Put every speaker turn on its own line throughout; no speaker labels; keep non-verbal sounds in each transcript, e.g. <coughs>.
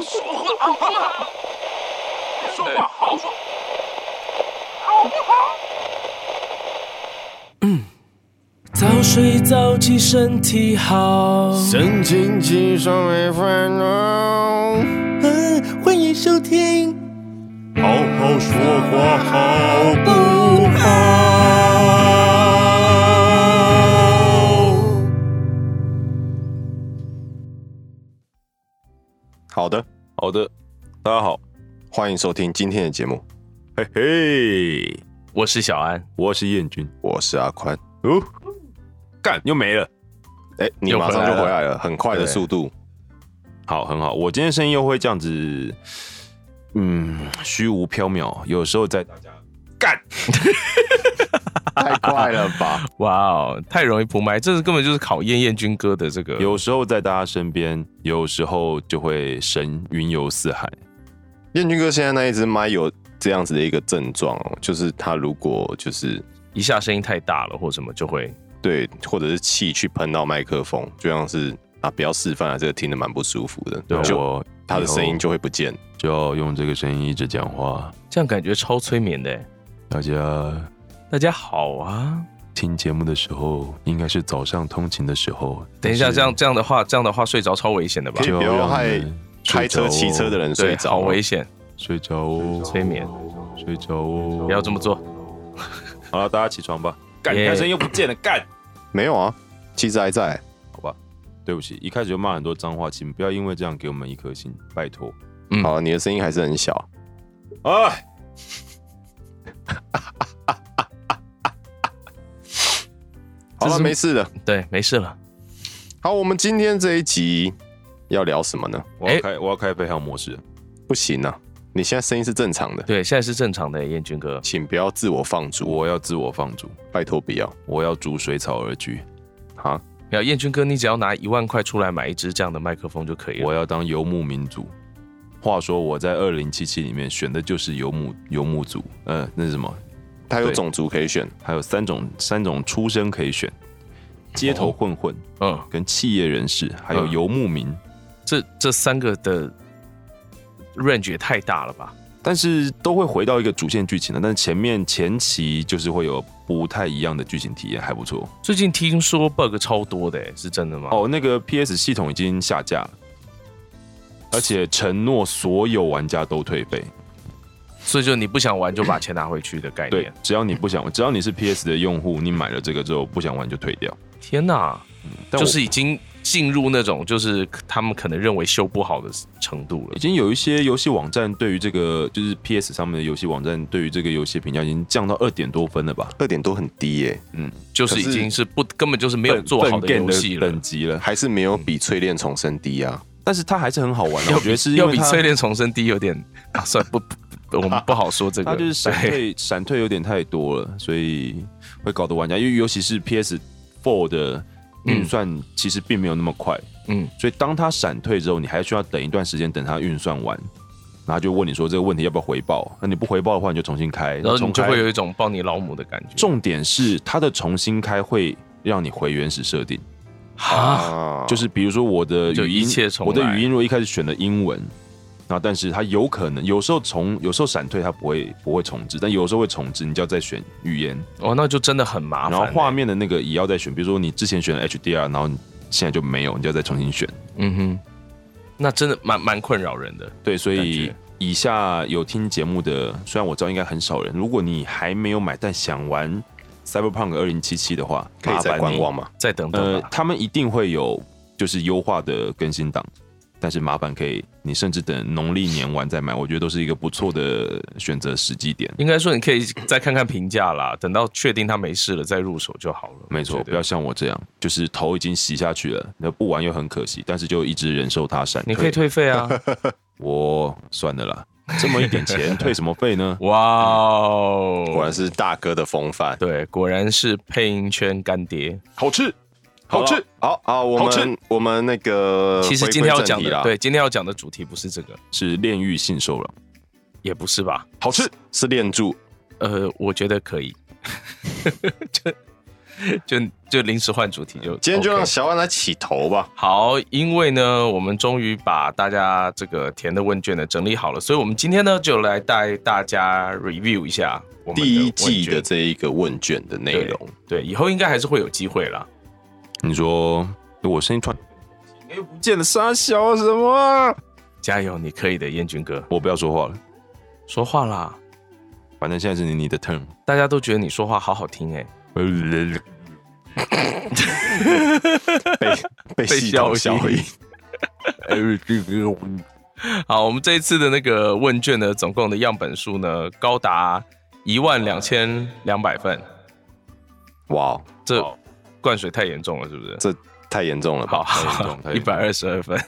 好不好？说话好说，好不好？
早睡早起身体好。
神清气爽没烦恼。
嗯，欢迎收听。
好好说话好不好？好的，
好的，大家好，
欢迎收听今天的节目，
嘿嘿，
我是小安，
我是燕君。
我是阿宽。
哦，干又没了，
哎、你
又
马上就
回来了
回来了，很快的
对
速度。
好，很好。我今天声音又会这样子，嗯，虚无缥缈，有时候在大家干，
太快了 <laughs> 吧！
哇哦，太容易扑麦，这是根本就是考验燕军哥的这个
有时候在大家身边，有时候就会神云游四海。
燕军哥现在那一只麦有这样子的一个症状哦，就是他如果就是
一下声音太大了或什么就会
对，或者是气去喷到麦克风，就像是啊，不要示范了，这个听得蛮不舒服的，
对
就
我
他的声音
就
就会不见。
就要用这个声音一直讲话，
这样，感觉超催眠的欸。
大家
大家好啊，
听节目的时候，应该是早上通勤的时候。
等一下
但是
这样这样的话，这样的话睡着超危险的吧
可以？不
就
要
让
害
人
开
睡着
车、
哦
骑车的人睡
对，好
着，
危险，
睡着哦，
催眠，
睡着哦
不。要这么做。
好了，大家起床吧。干，
耶
你看声音又不见了，干。
没有啊，其实还在。
对不起，一开始就骂很多脏话，请不要因为这样给我们一颗星，拜托。
嗯
好了，你的声音还是很小。
哎，
好
这
了，
是
没事的。
对，没事了。
好，我们今天这一集要聊什么呢？
我
哎
要开，我要开飞行模式。
不行啊，你现在声音是正常的，
对，现在是正常的欸，燕军哥。
请不要自我放逐，
我要自我放逐，
拜托不要
我要逐水草而居，
啊！
没有，燕军哥，你只要拿一万块出来买一支这样的麦克风就可以了。
我要当游牧民族。话说我在二零七七里面选的就是游牧游牧族，嗯、那是什么？
他有
对
种族可以选，
还有三种三种出身可以选：街头混混、
嗯，
跟企业人士，还有
嗯
游牧民。
这这三个的 range 也太大了吧？
但是都会回到一个主线剧情的，但是前面前期就是会有不太一样的剧情体验，还不错。
最近听说 bug 超多的欸，是真的吗？
哦，那个 PS 系统已经下架了，而且承诺所有玩家都退费。
所以就你不想玩就把钱拿回去的概
对
念。，
只要你不想，只要你是 PS 的用户，你买了这个之后不想玩就退掉。
天哪，
但
就
我
是已经进入那种就是他们可能认为修不好的程度了
已。经有一些游戏网站对于这个，就是 PS 上面的游戏网站对于这个游戏评价已经降到二点多分了吧？
二点多很低耶、
就是已经是不根本就是没有做好
笨
的
笨 game
游戏了
等，级了，
还是没有比淬炼重生低啊。
但是它还是很好
<laughs>
玩的。啊
要
我
比
觉得是因
要
为
比
它
淬炼重生低有点 <laughs> 啊，算了不不，不我们不好说这个。
它就是闪
对
退闪退有点太多了，所以会搞得玩家，因为尤其是 PS Four 的运算其实并没有那么快，
嗯，
所以当它闪退之后，你还需要等一段时间等它运算完，然后它就问你说这个问题要不要回报，那你不回报的话，你就重新开，
然后你
重
就
开
会有一种抱你老母的感觉。
重点是它的重新开会让你回原始设定，
啊，
就是比如说我的
就
语
一
音
切重，来
我的语音如果一开始选了英文，然后但是它有可能有时候重，有时候闪退它不会不会重置，但有时候会重置，你就要再选语言，
哦，那就真的很麻烦
然
欸。
后画面的那个也要再选，比如说你之前选了 HDR，然后你现在就没有，你就要再重新选。
嗯哼，那真的蛮蛮困扰人的。
对，所
感
以
觉
以下有听节目的，虽然我知道应该很少人，如果你还没有买但想玩 Cyberpunk 二零七七的话，
可以
麻烦
再
你
观望吗？
再等等
呃
吧，，
他们一定会有就是优化的更新档，但是麻烦可以，你甚至等农历年完再买，我觉得都是一个不错的选择时机点。
应该说你可以再看看评价啦，等到确定他没事了再入手就好了。
没错，
我觉
不
得
要像我这样，就是头已经洗下去了，那不玩又很可惜，但是就一直忍受它闪退。
你可以退费
<laughs>
啊！
我算了啦，这么一点钱退什么费呢？
哇
果
哦，
然是大哥的风范，
对，果然是配音圈干爹。
好吃，
好吃。好好，我
好
们我们那个
其实
呃回
今天要
归正
讲
题
的，
啦，
对，今天要讲的主题不是这个，
是炼狱性受了，
也不是吧？
好吃。
是练柱
<laughs> 呃，我觉得可以。就就临时换主题就。
今天就
OK
让小安来起头吧。
好，因为呢，我们终于把大家这个填的问卷呢整理好了，所以我们今天呢就来带大家 review 一下我们的
第一季
问
的
卷
这一个问卷的内容，
对，以后应该还是会有机会啦。
你说我声音突然哎不见了，傻小什么啊？
加油，你可以的，燕军哥，
我不要说话了，
说话啦！
反正现在是你你的 turn。
大家都觉得你说话好好听哎、
被
被
系统
消
消
音
音。
<laughs>
好，我们这一次的那个问卷呢，总共的样本数呢高达一万两千两百份，
哇哦，
这
好
灌水太严重了，是不是？啊
这太严重了吧？
太严重太
好，一
严
百
重
二十二分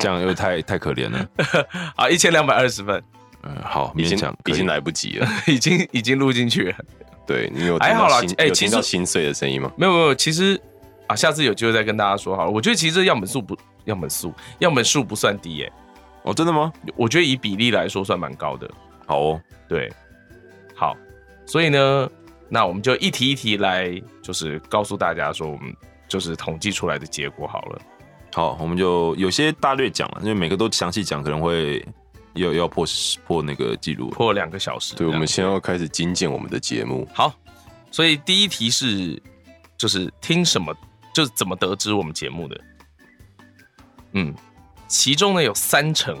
这样又太太可怜了。
啊，一千两百二十分， <laughs>
嗯，好，
已
勉
经
强可
已
以
经来不及了。
已经已经录进去了。
对你有
还
听
好啦
到心
哎
有
其
听
实
到心碎的声音吗？
没有没有，其实啊，下次有机会再跟大家说好了。我觉得其实这样本数不样本数样本数不算低耶、
哦，真的吗？
我觉得以比例来说算蛮高的。
好哦，
对，好，所以呢，那我们就一题一题来，就是告诉大家说我们就是统计出来的结果好了。
好，我们就有些大略讲了，因为每个都详细讲可能会又要破破那个记录。
破两个小时这
对，
样，
我们先要开始精简我们的节目。
好。所以第一题是，就是听什么，就是怎么得知我们节目的。嗯，其中呢有三成，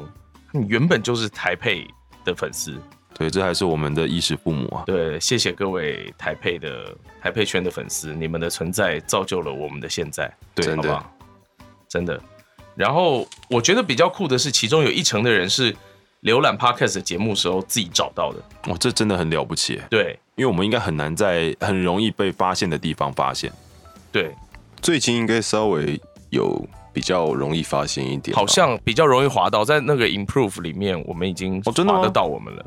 你原本就是台配的粉丝，
对，这还是我们的衣食父母啊。
对，谢谢各位台配的台配圈的粉丝，你们的存在造就了我们的现在，
对
好
真
不
的
好？真的。然后我觉得比较酷的是，其中有一成的人是浏览 podcast 的节目时候自己找到的，
哇，哦这真的很了不起耶，
对
因为我们应该很难在很容易被发现的地方发现。
对，
最近应该稍微有比较容易发现一点吧，
好像比较容易滑到，在那个 improve 里面，我们已经
哦真的吗
滑得到我们了，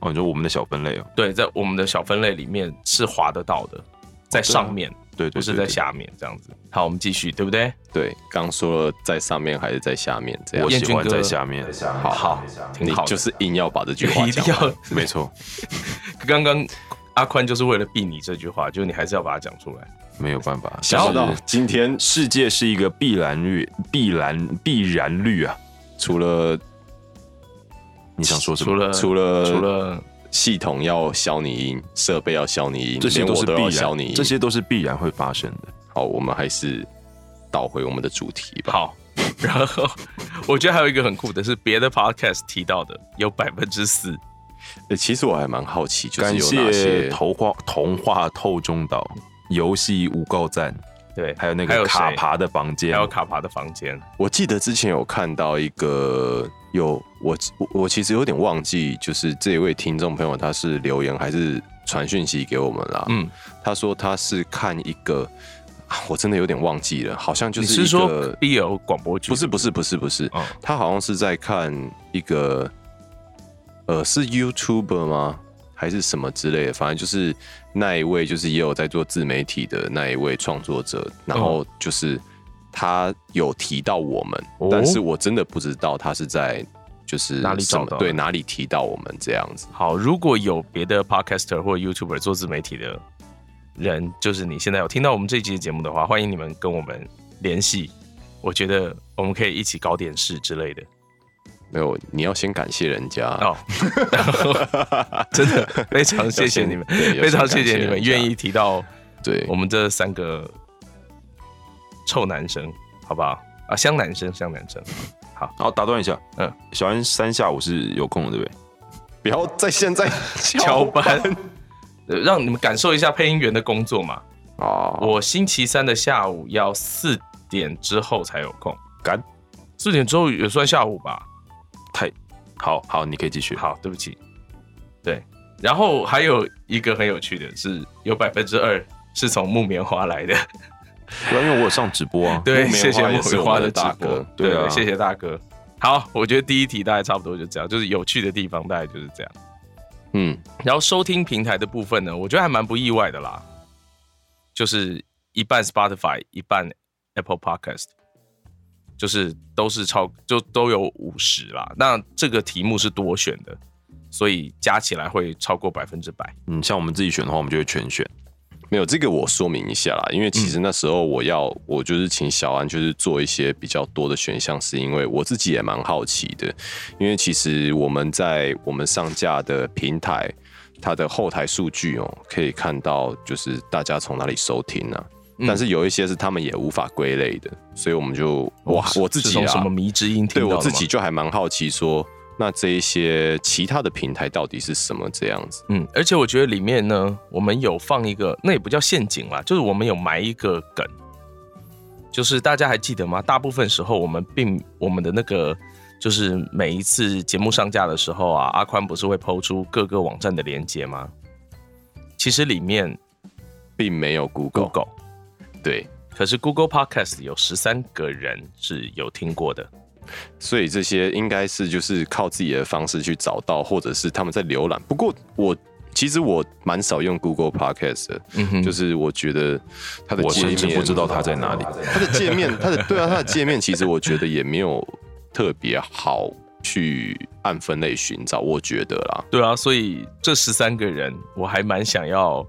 哦，你说我们的小分类哦，
对，在我们的小分类里面是滑得到的，在上面、
哦对对对啊
不是在
对
下面这样子。好，我们继续，对不对？
对，刚说了在上面还是在下面这样
我。
也
喜欢
啊燕君哥
在下面，
好，好，挺
你
好的，
就是硬要把这句
就
话
<laughs> 一定
讲完
要。
<laughs> 没错，
刚刚阿宽就是为了避你这句话，就是你还是要把它讲出来。
没有办法。
想不
就
到
是
今天
世界是一个必然率，必然必然率啊！
除了
你想说什么？
除了
除了
呃除了
系统要消你音，设备要消你音，
这些
连
都
我
是
都
必
要消你
然，
音。
这些都是必然会发生的。
好，我们还是倒回我们的主题吧。
好， <laughs> 然后我觉得还有一个很酷的是别的 podcast 提到的，有百分之四，
欸其实我还蛮好奇，就是
感
有哪
谢
些
童话童话透中岛游戏诬告战，
对，
还有那
还
个
有
卡
谁，
爬的房间
还，有卡爬的房间，
我记得之前有看到一个有我我我其实有点忘记，就是这一位听众朋友他是留言还是传讯息给我们啦。
嗯，
他说他是看一个，啊我真的有点忘记了，好像就
你
一
是
个
说 BL 广播剧？
不是不是不是不是，
哦
他好像是在看一个呃是 YouTuber 吗？还是什么之类的，反正就是那一位，就是也有在做自媒体的那一位创作者，然后就是他有提到我们，
哦
但是我真的不知道他是在就是
哪里
什么
找到的
对哪里提到我们这样子。
好，如果有别的 podcaster 或 YouTuber 做自媒体的人，就是你现在有听到我们这一集的节目的话，欢迎你们跟我们联系。我觉得我们可以一起搞点事之类的。
没有，你要先感谢人家，
哦，
哦
<laughs> 真的非常谢谢你
<laughs>
们，
要先对
非常谢谢你们愿。
要先感人
意提到
家对
我，们这三个臭男生，好不好？啊，香男生，香男生，
哦
好，打断一下，
嗯
嗯，小安三下午是有空的，对不对？
不要在现
<laughs>
在
乔班， <laughs> 呃让你们感受一下配音员的工作嘛。
啊！
哦
我星期三的下午要四点之后才有空，
干，
四点之后也算下午吧？
好好，你可以继续。
好，对不起，对。然后还有一个很有趣的是，有百分之二是从木棉花来的。
对啊，因为我有上直播啊。
对，
木棉花
谢谢
也
木
是
棉
我
花
们
的
的
直
大
播
哥，
对
对啊
谢谢大哥。好，我觉得第一题大概差不多就这样，就是有趣的地方大概就是这样。
嗯，
然后收听平台的部分呢，我觉得还蛮不意外的啦，就是一半 Spotify，一半 Apple Podcast，就是都是超就都有五十啦。那这个题目是多选的，所以加起来会超过百分之百。
嗯，像我们自己选的话，我们就会全选。
没有这个我说明一下啦，因为
嗯
其实那时候我要、我就是请小安就是做一些比较多的选项，是因为我自己也蛮好奇的，因为其实我们在我们上架的平台，它的后台数据哦，可以看到就是大家从哪里收听啊。
嗯
但是有一些是他们也无法归类的，所以我们就我
哦是
我自己
是从
啊
什么迷之音听
对
到的
我
吗
自己就还蛮好奇说，那这一些其他的平台到底是什么这样子？
嗯，而且我觉得里面呢，我们有放一个，那也不叫陷阱啦，就是我们有埋一个梗，就是大家还记得吗？大部分时候我们并我们的那个，就是每一次节目上架的时候啊，阿宽不是会抛出各个网站的连接吗？其实里面
并没有 Google，,
Google，
对，
可是 Google Podcast 有十三个人是有听过的，
所以这些应该是就是靠自己的方式去找到，或者是他们在浏览。不过我其实我蛮少用 Google Podcast 的，
嗯哼，
就是我觉得它的
我
界
甚
面啊
至不知道它在哪里。
它的界
<laughs>
面，它的对啊，它的界面其实我觉得也没有特别好去按分类寻找，我觉得啦。
对啊，所以这十三个人，我还蛮想要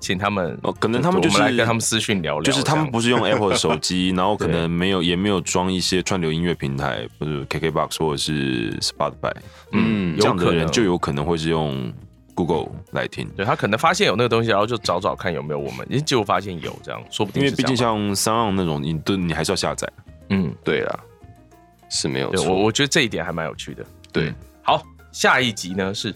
请他们，
哦可能他们就是
我们来跟他们私讯聊聊，
就是他们
这样
不是
<laughs>
用 Apple 的手机，然后可
对
能没有也没有装一些串流音乐平台，不是 KKBox 或者是 Spotify，
嗯
这样的
有可
人
能
就有可能会是用 Google 来听。
对他可能发现有那个东西，然后就找找看有没有我们，诶结果发现有这样，说不定
因为
是
毕
这
竟
样
像 s o u n 那种，你都你还是要下载。
嗯，
对啦，是没有
对
错。嗯
我我觉得这一点还蛮有趣的。
对，
好，下一集呢是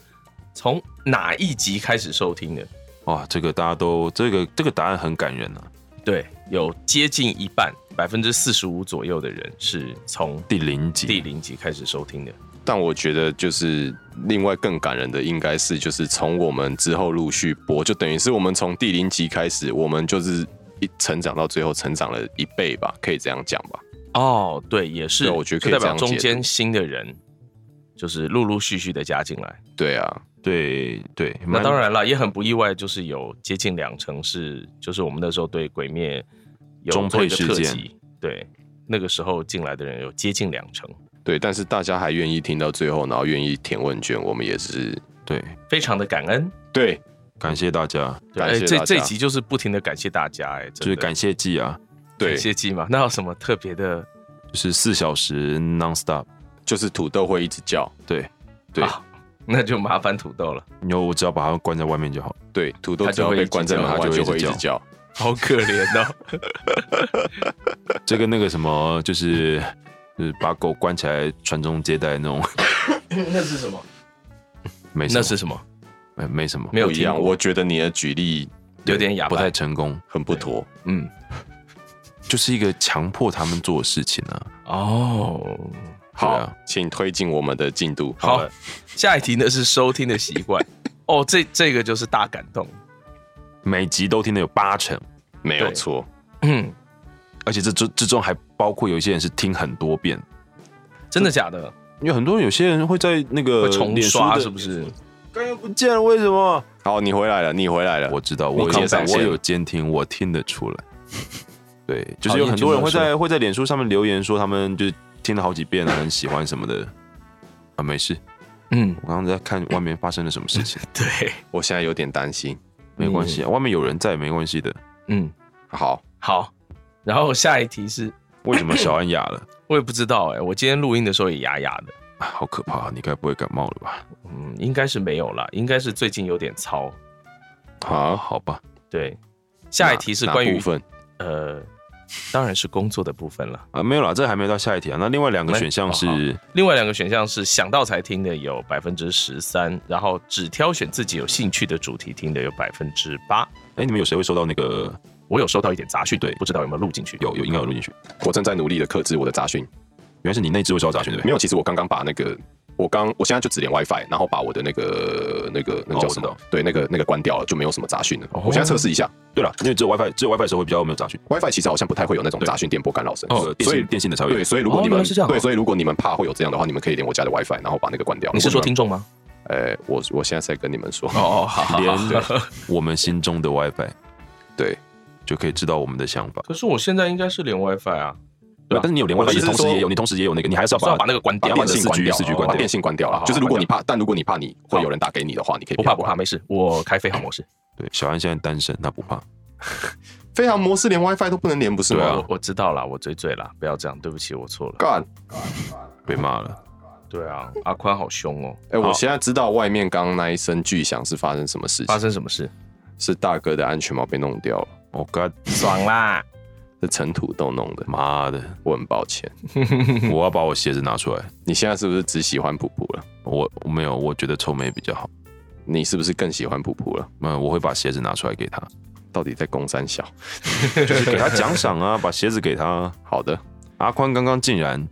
从哪一集开始收听的？
哇，这个大家都这个这个答案很感人啊！
对，有接近一半，百分之四十五左右的人是从
第零集，
第零集开始收听的。
但我觉得就是另外更感人的，应该是就是从我们之后陆续播，就等于是我们从第零集开始，我们就是一成长到最后成长了一倍吧，可以这样讲吧。
哦，对，也是，
对我觉得可以
就代
这
表
样解
中
读
间新的人就是陆陆续续的加进来。
对啊，
对对，
那
蛮
当然了，也很不意外，就是有接近两成是，就是我们那时候对《鬼灭》有
中
做一
配
个
事
特
件
辑，对，那个时候进来的人有接近两成，
对，但是大家还愿意听到最后，然后愿意填问卷，我们也是
对，
非常的感恩。
对
感谢大家，
对
感
哎
谢
这
大
这一
家
集就是不停的感谢大家、哎，
就
真
是
的
感谢季啊，
对
感，谢季嘛。那有什么特别的？
就是四小时 non stop。
就是土豆会一直叫，
对
对
好那就麻烦土豆了，
以后我只要把它关在外面就
<laughs>
好。
对，土豆
它
只
就
要
会一
被
直
关在
叫
门
它
外
就会
就会
一
一
直
直叫。
好可怜哦。
这跟那个什么，就是就是把狗关起来传宗接代那种，
<laughs>
<laughs>
那是什么？
没什么
那是什么？
哎没什么，
没有
不一
听
样，
过，
我觉得你的举例
有点哑
不
巴。
太成功，
很不妥。
嗯，
就是一个强迫他们做的事情啊。
哦，
好，
对啊
请推进我们的进度。
好
了，
下一题呢是收听的习惯。哦，这这个就是大感动。
每集都听的有八成，
没有
对
错，
嗯，
而且这之之中还包括有一些人是听很多遍，
真的假的？
因为很多人有些人会在那个
会重
呃脸书
刷
的
是不是？
刚又不见了，为什么？
好，你回来了，你回来了。
我知道，
你
我
看
有
不到
我有监听，我听得出来。对，就是有
好
很多人
你
会
继续
在会在脸书上面留言说他们就是听了好几遍了，啊很喜欢什么的。啊，没事，
嗯，
我刚刚在看外面发生了什么事情，
<laughs> 对，
我现在有点担心。
没关系啊，外面有人在，没关系的。
嗯，
好，
好。然后下一题是
为什么小安哑了？
我也不知道哎、我今天录音的时候也哑哑的，
啊好可怕，你该不会感冒了吧？
嗯，应该是没有啦，应该是最近有点糙。
啊，好吧，
对，下一题是
哪
关
哪
于
部分
呃，当然是工作的部分了。
啊，没有啦，这还没到下一题啊。那另外两个
来
选项
哦好
是
另外两个选项是想到才听的有百分之十三，然后只挑选自己有兴趣的主题听的有百分之八。
哎、你们有谁会收到那个？
我有收到一点杂讯，
对
不知道有没有录进去。
有有，应该有录进去。
我正在努力的克制我的杂讯。
原来是你那只会收到杂讯对不
没
对？
有，其实我刚刚把那个，我刚我现在就只连 WiFi，然后把我的那个那个那个
哦
叫
我
什
知
么？
道哦
对，那个那个关掉了，就没有什么杂讯了。我现在测试一下
对了，因为只有 WiFi，只有 WiFi 的时候会比较没有杂讯。
，WiFi 其实好像不太会有那种
对
杂讯电波干扰声，
哦电信
所以
电信的才会有
对，所以如果
哦
你
原
们
来
啊
是这样哦
对，所以如果你们怕会有这样的话，你们可以连我家的 WiFi，然后把那个关掉。
你是说
如果
听众吗？
们？呃，我我现在在跟你们说，
哦，好好
连
<laughs>
我们心中的 WiFi
<laughs> 对，
就可以知道我们的想法。
可是我现在应该是连 WiFi 啊，
对啊，但是你有连外
我的
卖，
意
你
思是
同时也
说
有，你同时也有那个，你还是要
我是要
把啊
把那个关
把
掉
要把
电
四
信
G
关掉，哦
四 G 关
把
掉
电。信关掉了
好。
就是如果你
关
怕，但如果你怕你会有人打给你的话，你可以
不怕
要
不
关
怕，。没事，我开飞行模式。
对，小安现在单身，他不怕。
飞航模式连 WiFi 都不能连，不是
对
吗，
啊我我知道啦，我追醉啦，不要这样，对不起，我错了。
？God，
被骂了，
对啊，阿宽好凶哦，
哎，我
好
现在知道外面刚刚那一声巨响是发生什么事
发
情，
生什么事？
是大哥的安全帽被弄掉了，
我、oh、God
爽啦！
是尘土都弄的。
妈的，
我很抱歉，
我要把我鞋子拿出来。
你现在是不是只喜欢普普了？
我我没有，我觉得臭美比较好。
你是不是更喜欢普普了？
嗯，我会把鞋子拿出来给他，
到底在攻三小？
就是给他奖赏啊， <laughs> 把鞋子给他啊。
好的，
阿宽刚刚竟然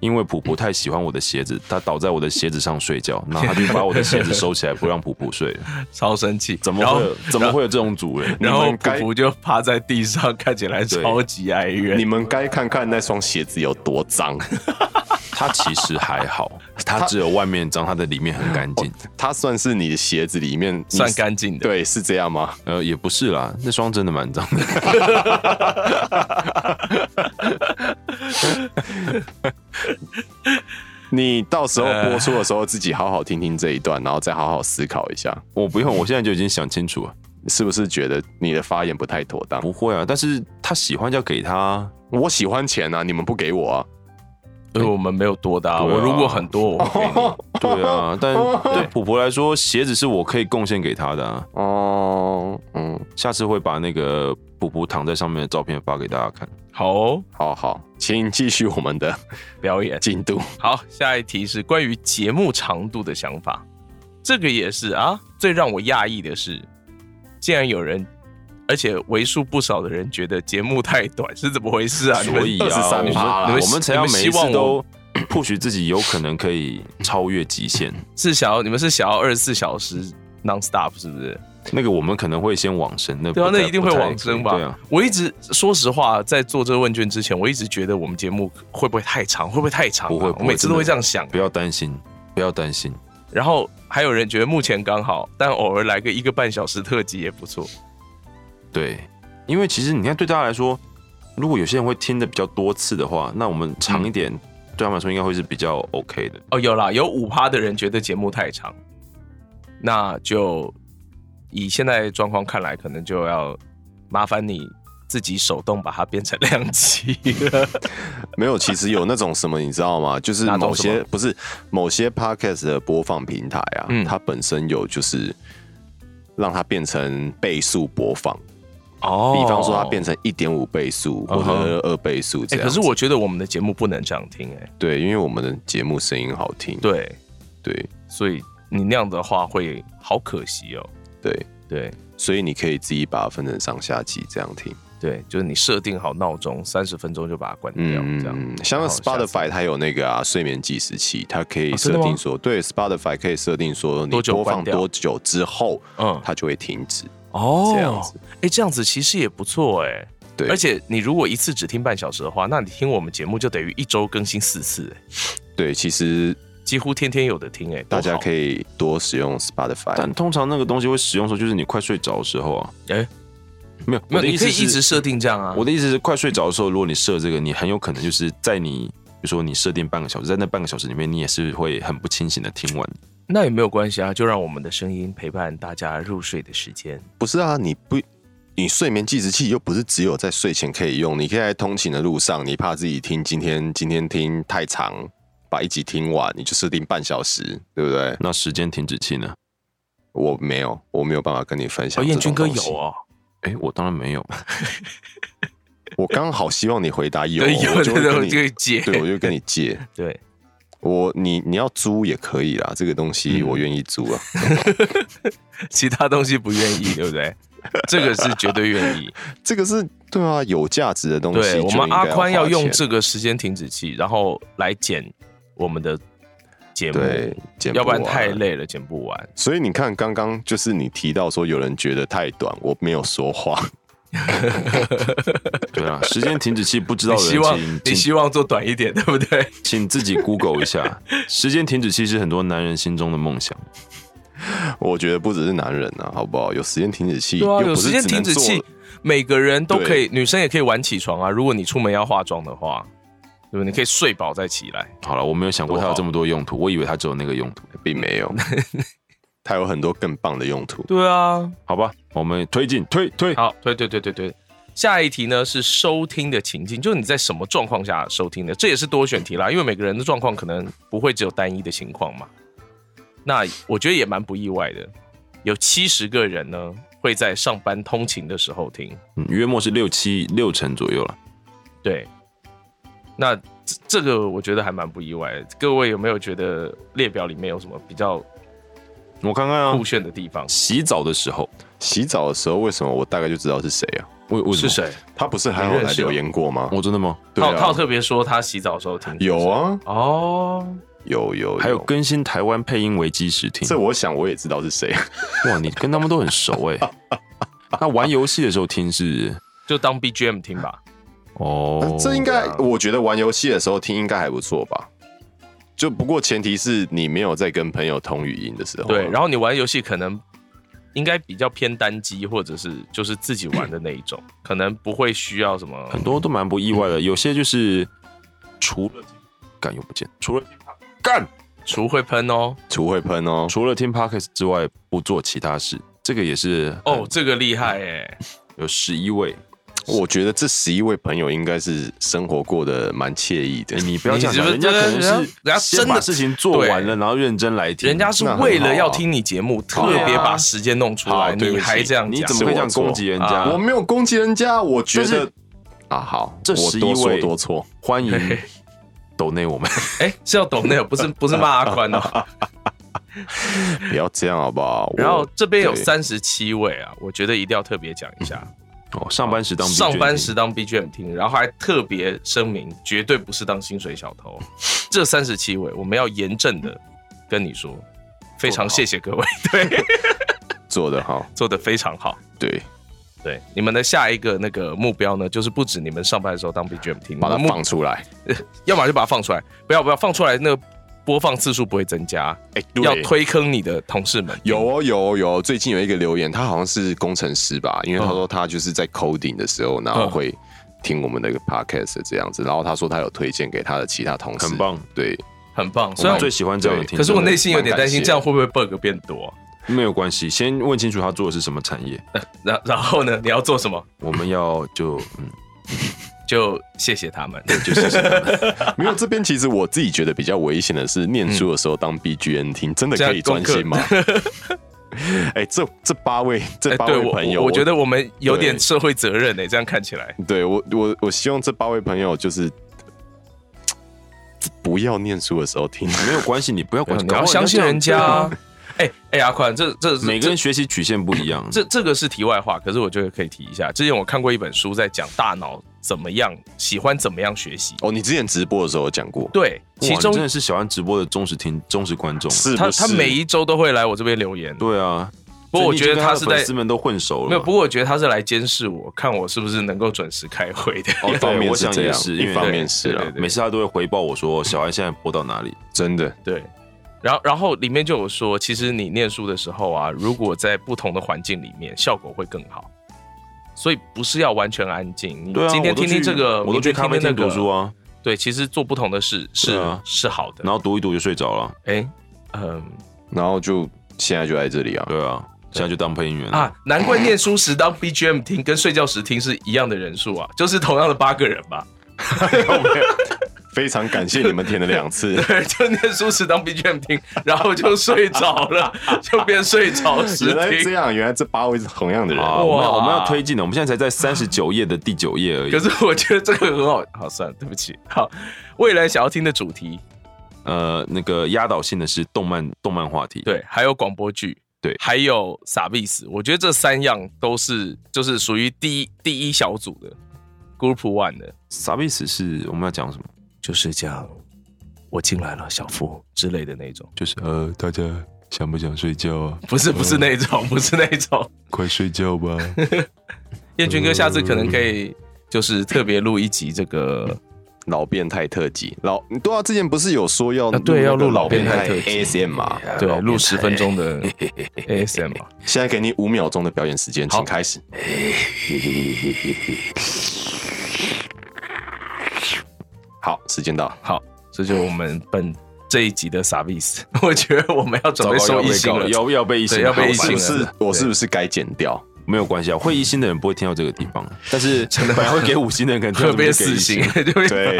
因为普普太喜欢我的鞋子，他倒在我的鞋子上睡觉，然后他就把我的鞋子收起来，不让普普睡了。
超生气，
怎么
然后
会有怎么会有这种欸主人？
然后
们该
普普就趴在地上，看起来超级哀
你
怨。
们该看看那双鞋子有多
<laughs>
脏。
他其实还好，他只有外面脏，他的里面很干
<laughs>
净。
它算是你的鞋子里面你
算干净的，
对，是这样吗？
呃，也不是啦，那双真的蛮脏的。
你到时候
呃
播出的时候，自己好好听听这一段，然后再好好思考一下，
我不用，我现在就已经想清
<laughs>
楚了。
是不是觉得你的发言不太妥当？
不会啊，但是他喜欢就要给他
<laughs>
啊。
我喜欢钱啊，你们不给我啊？
因为我们没有多的啊。
对啊
我如果很多，我会给
<laughs>
你。
对啊，但对普普来说，鞋子是我可以贡献给他的、啊。
哦，嗯，
下次会把那个普普躺在上面的照片发给大家看。
好哦，
好好，请继续我们的
表演。
进度。
好，下一题是关于节目长度的想法。这个也是啊，最让我讶异的是，竟然有人，而且为数不少的人觉得节目太短，是怎么回事啊？你们
所以啊，
23
我
趴啦
们我们才要每一
你们希望
次
我
<coughs> 都不许自己有可能可以超越极
<laughs>
限。
是想要你们是想要二十四小时 non stop 是不是？
那个我们可能会先往生，那
对啊，
不太
那一定会
不太
往生
对啊
吧，？我一直说实话，在做这个问卷之前，我一直觉得我们节目会不会太长，会不会太长啊、
不会不
我
会
每次都会这样想。
不要担心，不要担心。
然后还有人觉得目前刚好，但偶尔来个一个半小时特辑也不错。
对，因为其实你看，对大家来说，如果有些人会听的比较多次的话，那我们长
嗯
一点，对他们来说应该会是比较 OK 的。
哦，有啦，有五趴的人觉得节目太长，那就以现在状况看来，可能就要麻烦你自己手动把它变成两集了。
<laughs> 没有，其实有那种什么，你知道吗？ <laughs> 就是
哪种
某
什
些
么
不是某些 podcast 的播放平台啊，
嗯
它本身有就是让它变成倍速播放，
<laughs> 哦
比方说它变成一点五倍速或
嗯哼
者二倍速这
哎、
样、
可是我觉得我们的节目不能这样听、哎，
对，因为我们的节目声音好听，
对，
对
所以你那样的话会好可惜哦。
对，
对
所以你可以自己把它分成上下集这样听。
对，就是你设定好闹钟，三十分钟就把它关掉，啊这
嗯，
样。
像
然后下次
Spotify 它有那个啊睡眠计时器，它可以
啊真的
设
吗
定说，对 Spotify 可以设定说你
多久
播
关
放
掉
多久之后，
嗯
它就会停止。
哦
这样子，
哎、这样子其实也不错哎、
对，
而且你如果一次只听半小时的话，那你听我们节目就等于一周更新四次、哎
对，其实
几乎天天有的听哎、
大家可
以
以多使用 Spotify
但。通常那个东西会使用的时候，就是你快睡着的时候啊。
哎
没有，我
没有，
的
你
意
可
思
以
是
一直设定这样啊。
我的意思是，快睡着的时候，如果你设这个，你很有可能就是在你，比如说你设定半个小时，在那半个小时里面，你也是会很不清醒的听完。
那也没有关系啊，就让我们的声音陪伴大家入睡的时间。
不是啊，你不，你睡眠计时器又不是只有在睡前可以用，你可以在通勤的路上，你怕自己听今天今天听太长，把一集听完，你就设定半小时，对不对？
那时间停止器呢？
我没有，我没有办法跟你分享
哦，
这
燕
种
君哥
东西。
有哦，
哎，我当然没有。
我刚好希望你回答有，
对有
我就会
的
跟
我
你
就会借。
对，我就跟你借。
对，
我你你要租也可以啦，这个东西
嗯
我愿意租啊。
<laughs> 其他东西不愿意，对
<laughs>
不对？这个是绝对愿意。
这个是对啊，有价值的东西
对
就应该花
我们
钱。
阿宽要用这个时间停止器，然后来剪我们的节目，
对，剪
要不然
完
太累了，剪不完。
所以你看，刚刚就是你提到说有人觉得太短，我没有说话， <laughs>
对啊，时间停止器不知道
你
的人，
希望你
请请
希望做短一点，对不对？
请自己 Google 一下，时间停止器是很多男人心中的梦想。
我觉得不只是男人啊，好不好？有时间停止器，
对啊，
又不
有时
是
间
只
停
能
止
做
器，每个人都可以，女生也可以晚起床啊。如果你出门要化妆的话，对不对？你可以睡饱再起来。
好了，我没有想过它有这么多用途，我以为它只有那个用途。
并没
<laughs>
有，它有很多更棒的用途。
对啊，
好吧，我们推进推推。
<laughs> 好，对对对对对。下一题呢是收听的情境，就是你在什么状况下收听的，这也是多选题啦，因为每个人的状况可能不会只有单一的情况嘛。那我觉得也蛮不意外的，有七十个人呢会在上班通勤的时候听，
嗯，约莫是六七六成左右了。
对，那这这个我觉得还蛮不意外的。各位有没有觉得列表里面有什么比较
我看看啊
酷，炫的地方？
洗澡的时候，
洗澡的时候，为什么我大概就知道是谁啊？
为为什
是
么？
谁？
他不是还有
你认
来
识
留言过
嗯
吗？
我真的吗？
对
套套
啊，
特别说他洗澡的时候听，
有啊，
哦，
有有，
还有更新台湾配音为基石听。
这我想我也知道是谁。
哇，你跟他们都很熟哎、 <laughs> 那玩游戏的时候听是
就当 BGM 听吧。
哦
啊，这应
啊
该，我觉得玩游戏的时候听应该还不错吧。就不过前提是你没有在跟朋友通语音的时候啊。
对，
哦
然后你玩游戏可能应该比较偏单机，或者是就是自己玩的那一
<laughs>
种，可能不会需要什么
很多都蛮不意外的。有些就是除了干又不见，除了干
除会喷哦。
除会喷哦，
除了听 podcast 之外不做其他事，这个也是
哦，这个厉害哎！
有十一位。
我觉得这十一位朋友应该是生活过得蛮惬意的
嗯
哎。你不要这样讲，
你是
人
不是
家可能是
人家人家
先
真的
把事情做完了，
对
然后认真来听。
人家是
那很
为了
好啊
要听你节目，特别把时间弄出
好
来，
对不
你
起
还这样
你
讲啊
怎么会这样
是我错
攻击人家？
啊我没有攻击人家，我觉
但
得
是
啊，好，
这
我
11
多说
位
多错，
欢迎
嘿嘿
抖内我们。 <laughs>
哎，是要懂那，不是不是骂阿宽哦。
不要这样好不好？
然后
我
这边有
对
三十七位啊，我觉得一定要特别讲一下，
哦，上班时当
上班
时
时当 BGM 听，然后还特别声明，绝对不是当薪水小偷。这三十七位，我们要严正的跟你说，非常谢谢各位，对，
做得好，
做的非常好。
对，
对，你们的下一个那个目标呢，就是不止你们上班的时候当 BGM 听，
把它
你们目
放出来。
要么就把它放出来，不要不要放出来，那个播放次数不会增加，
哎，
要
对
推坑你的同事们。嗯
有哦有哦有哦，最近有一个留言，他好像是工程师吧，因为
嗯
他说他就是在 coding 的时候，然后会听我们的 podcast 这样子，然后他说他有推荐给他的其他同事，
很，棒，
对，
很棒，虽
我
然
最喜欢这样的听众。
可是我内心有点担
蛮感
心，
谢
这样会不会 bug 变多啊？
没有关系，先问清楚他做的是什么产业。
然然后呢，你要做什么？
我们要
<laughs>
就嗯，
就谢谢他们。
没有这边其实我自己觉得比较危险的
<laughs>
是，念
嗯
书的时候当 B G N 听，真的可以专心吗？ <laughs> 哎，这这八位这
哎，
八
对
位
我
朋友，
我，我觉得我们有点
对
社会责任呢、哎这样看起来，
对我我我希望这八位朋友就是不要念书的时候听， <laughs>
没有关系，你不要管，
你要相信人家啊。哎哎、阿宽，这这这
每个人学习曲线不一样。
这这个是题外话，可是我觉得可以提一下。之前我看过一本书，在讲大脑怎么样喜欢怎么样学习。
哦，你之前直播的时候有讲过，
对，
哇
其中
你真的是小安直播的忠实听忠实观众。
是
他
不是
他每一周都会来我这边留言。
对啊，
不过我觉得他
他
是在
粉丝们都混熟了嘛。
没有，不过我觉得他是来监视我，看我是不是能够准时开会的。
<laughs> 一哦方面
我
是
想
这
也
样，
是因为
一方
对
面是
对
啦
对，对
每次他都会回报我说小安现在播到哪里。
真的
对，然后然后里面就有说，其实你念书的时候啊，如果在不同的环境里面，效果会更好。所以不是要完全安静，你
对啊，
嗯今天
我都
听听
去
这个，
我都去
明天
咖啡
听
厅
听那
读
个
书，啊，
对，其实做不同的事是、
对啊
是好的。
然后读一读就睡着了。
哎，嗯
然后就现在就在这里 <laughs> 啊，
对啊，现在就当配音员了。
啊，难怪念书时当 BGM 听跟睡觉时听是一样的人数啊，就是同样的八个人
<laughs>
吧。。
非常感谢你们填了两次 <laughs>
对，就念书时当 BGM 听，然后就睡着了，就变睡着时
原来这
听。
样，原来这八位是同样的人。
啊，我们要
哇
我们要推进的，我们现在才在三十九页的第九页而已。
可是我觉得这个很好，好算了，对不起。好，未来想要听的主题，
呃，那个压倒性的是动漫动漫话题。
对，还有广播剧，
对
还有傻逼死，我觉得这三样都是就是属于第一第一小组的 Group One 的，
傻逼死是我们要讲什么？
就是讲我进来了，小夫之类的那种，
就是呃，大家想不想睡觉 <laughs> 啊？
不是不是那种，不是那种。
快睡觉吧。
彦君哥，下次可能可以就是特别录一集这个。
老变态特辑，老对啊，之前不是有说要
啊对要录
那个
老
老变
变
态
态特辑
ASM 嘛？
对，录十分钟的 ASM。r
现在给你五秒钟的表演时间，请开 <laughs> 始。好，时间到，
好，这就是我们本这一集的 service。我 <laughs> 觉得我们要准备
哎糟
收
糕
一星了，
要要被一星
对
了，
要被一
是不
星了
是我是不是该剪掉？
没有关系啊，会一星的人不会听到这个地
<laughs>
方，
<laughs>
但是本来会给五星的人可能听到这
特
边
别
给一
死
星
刑。，就 <laughs> 会
对，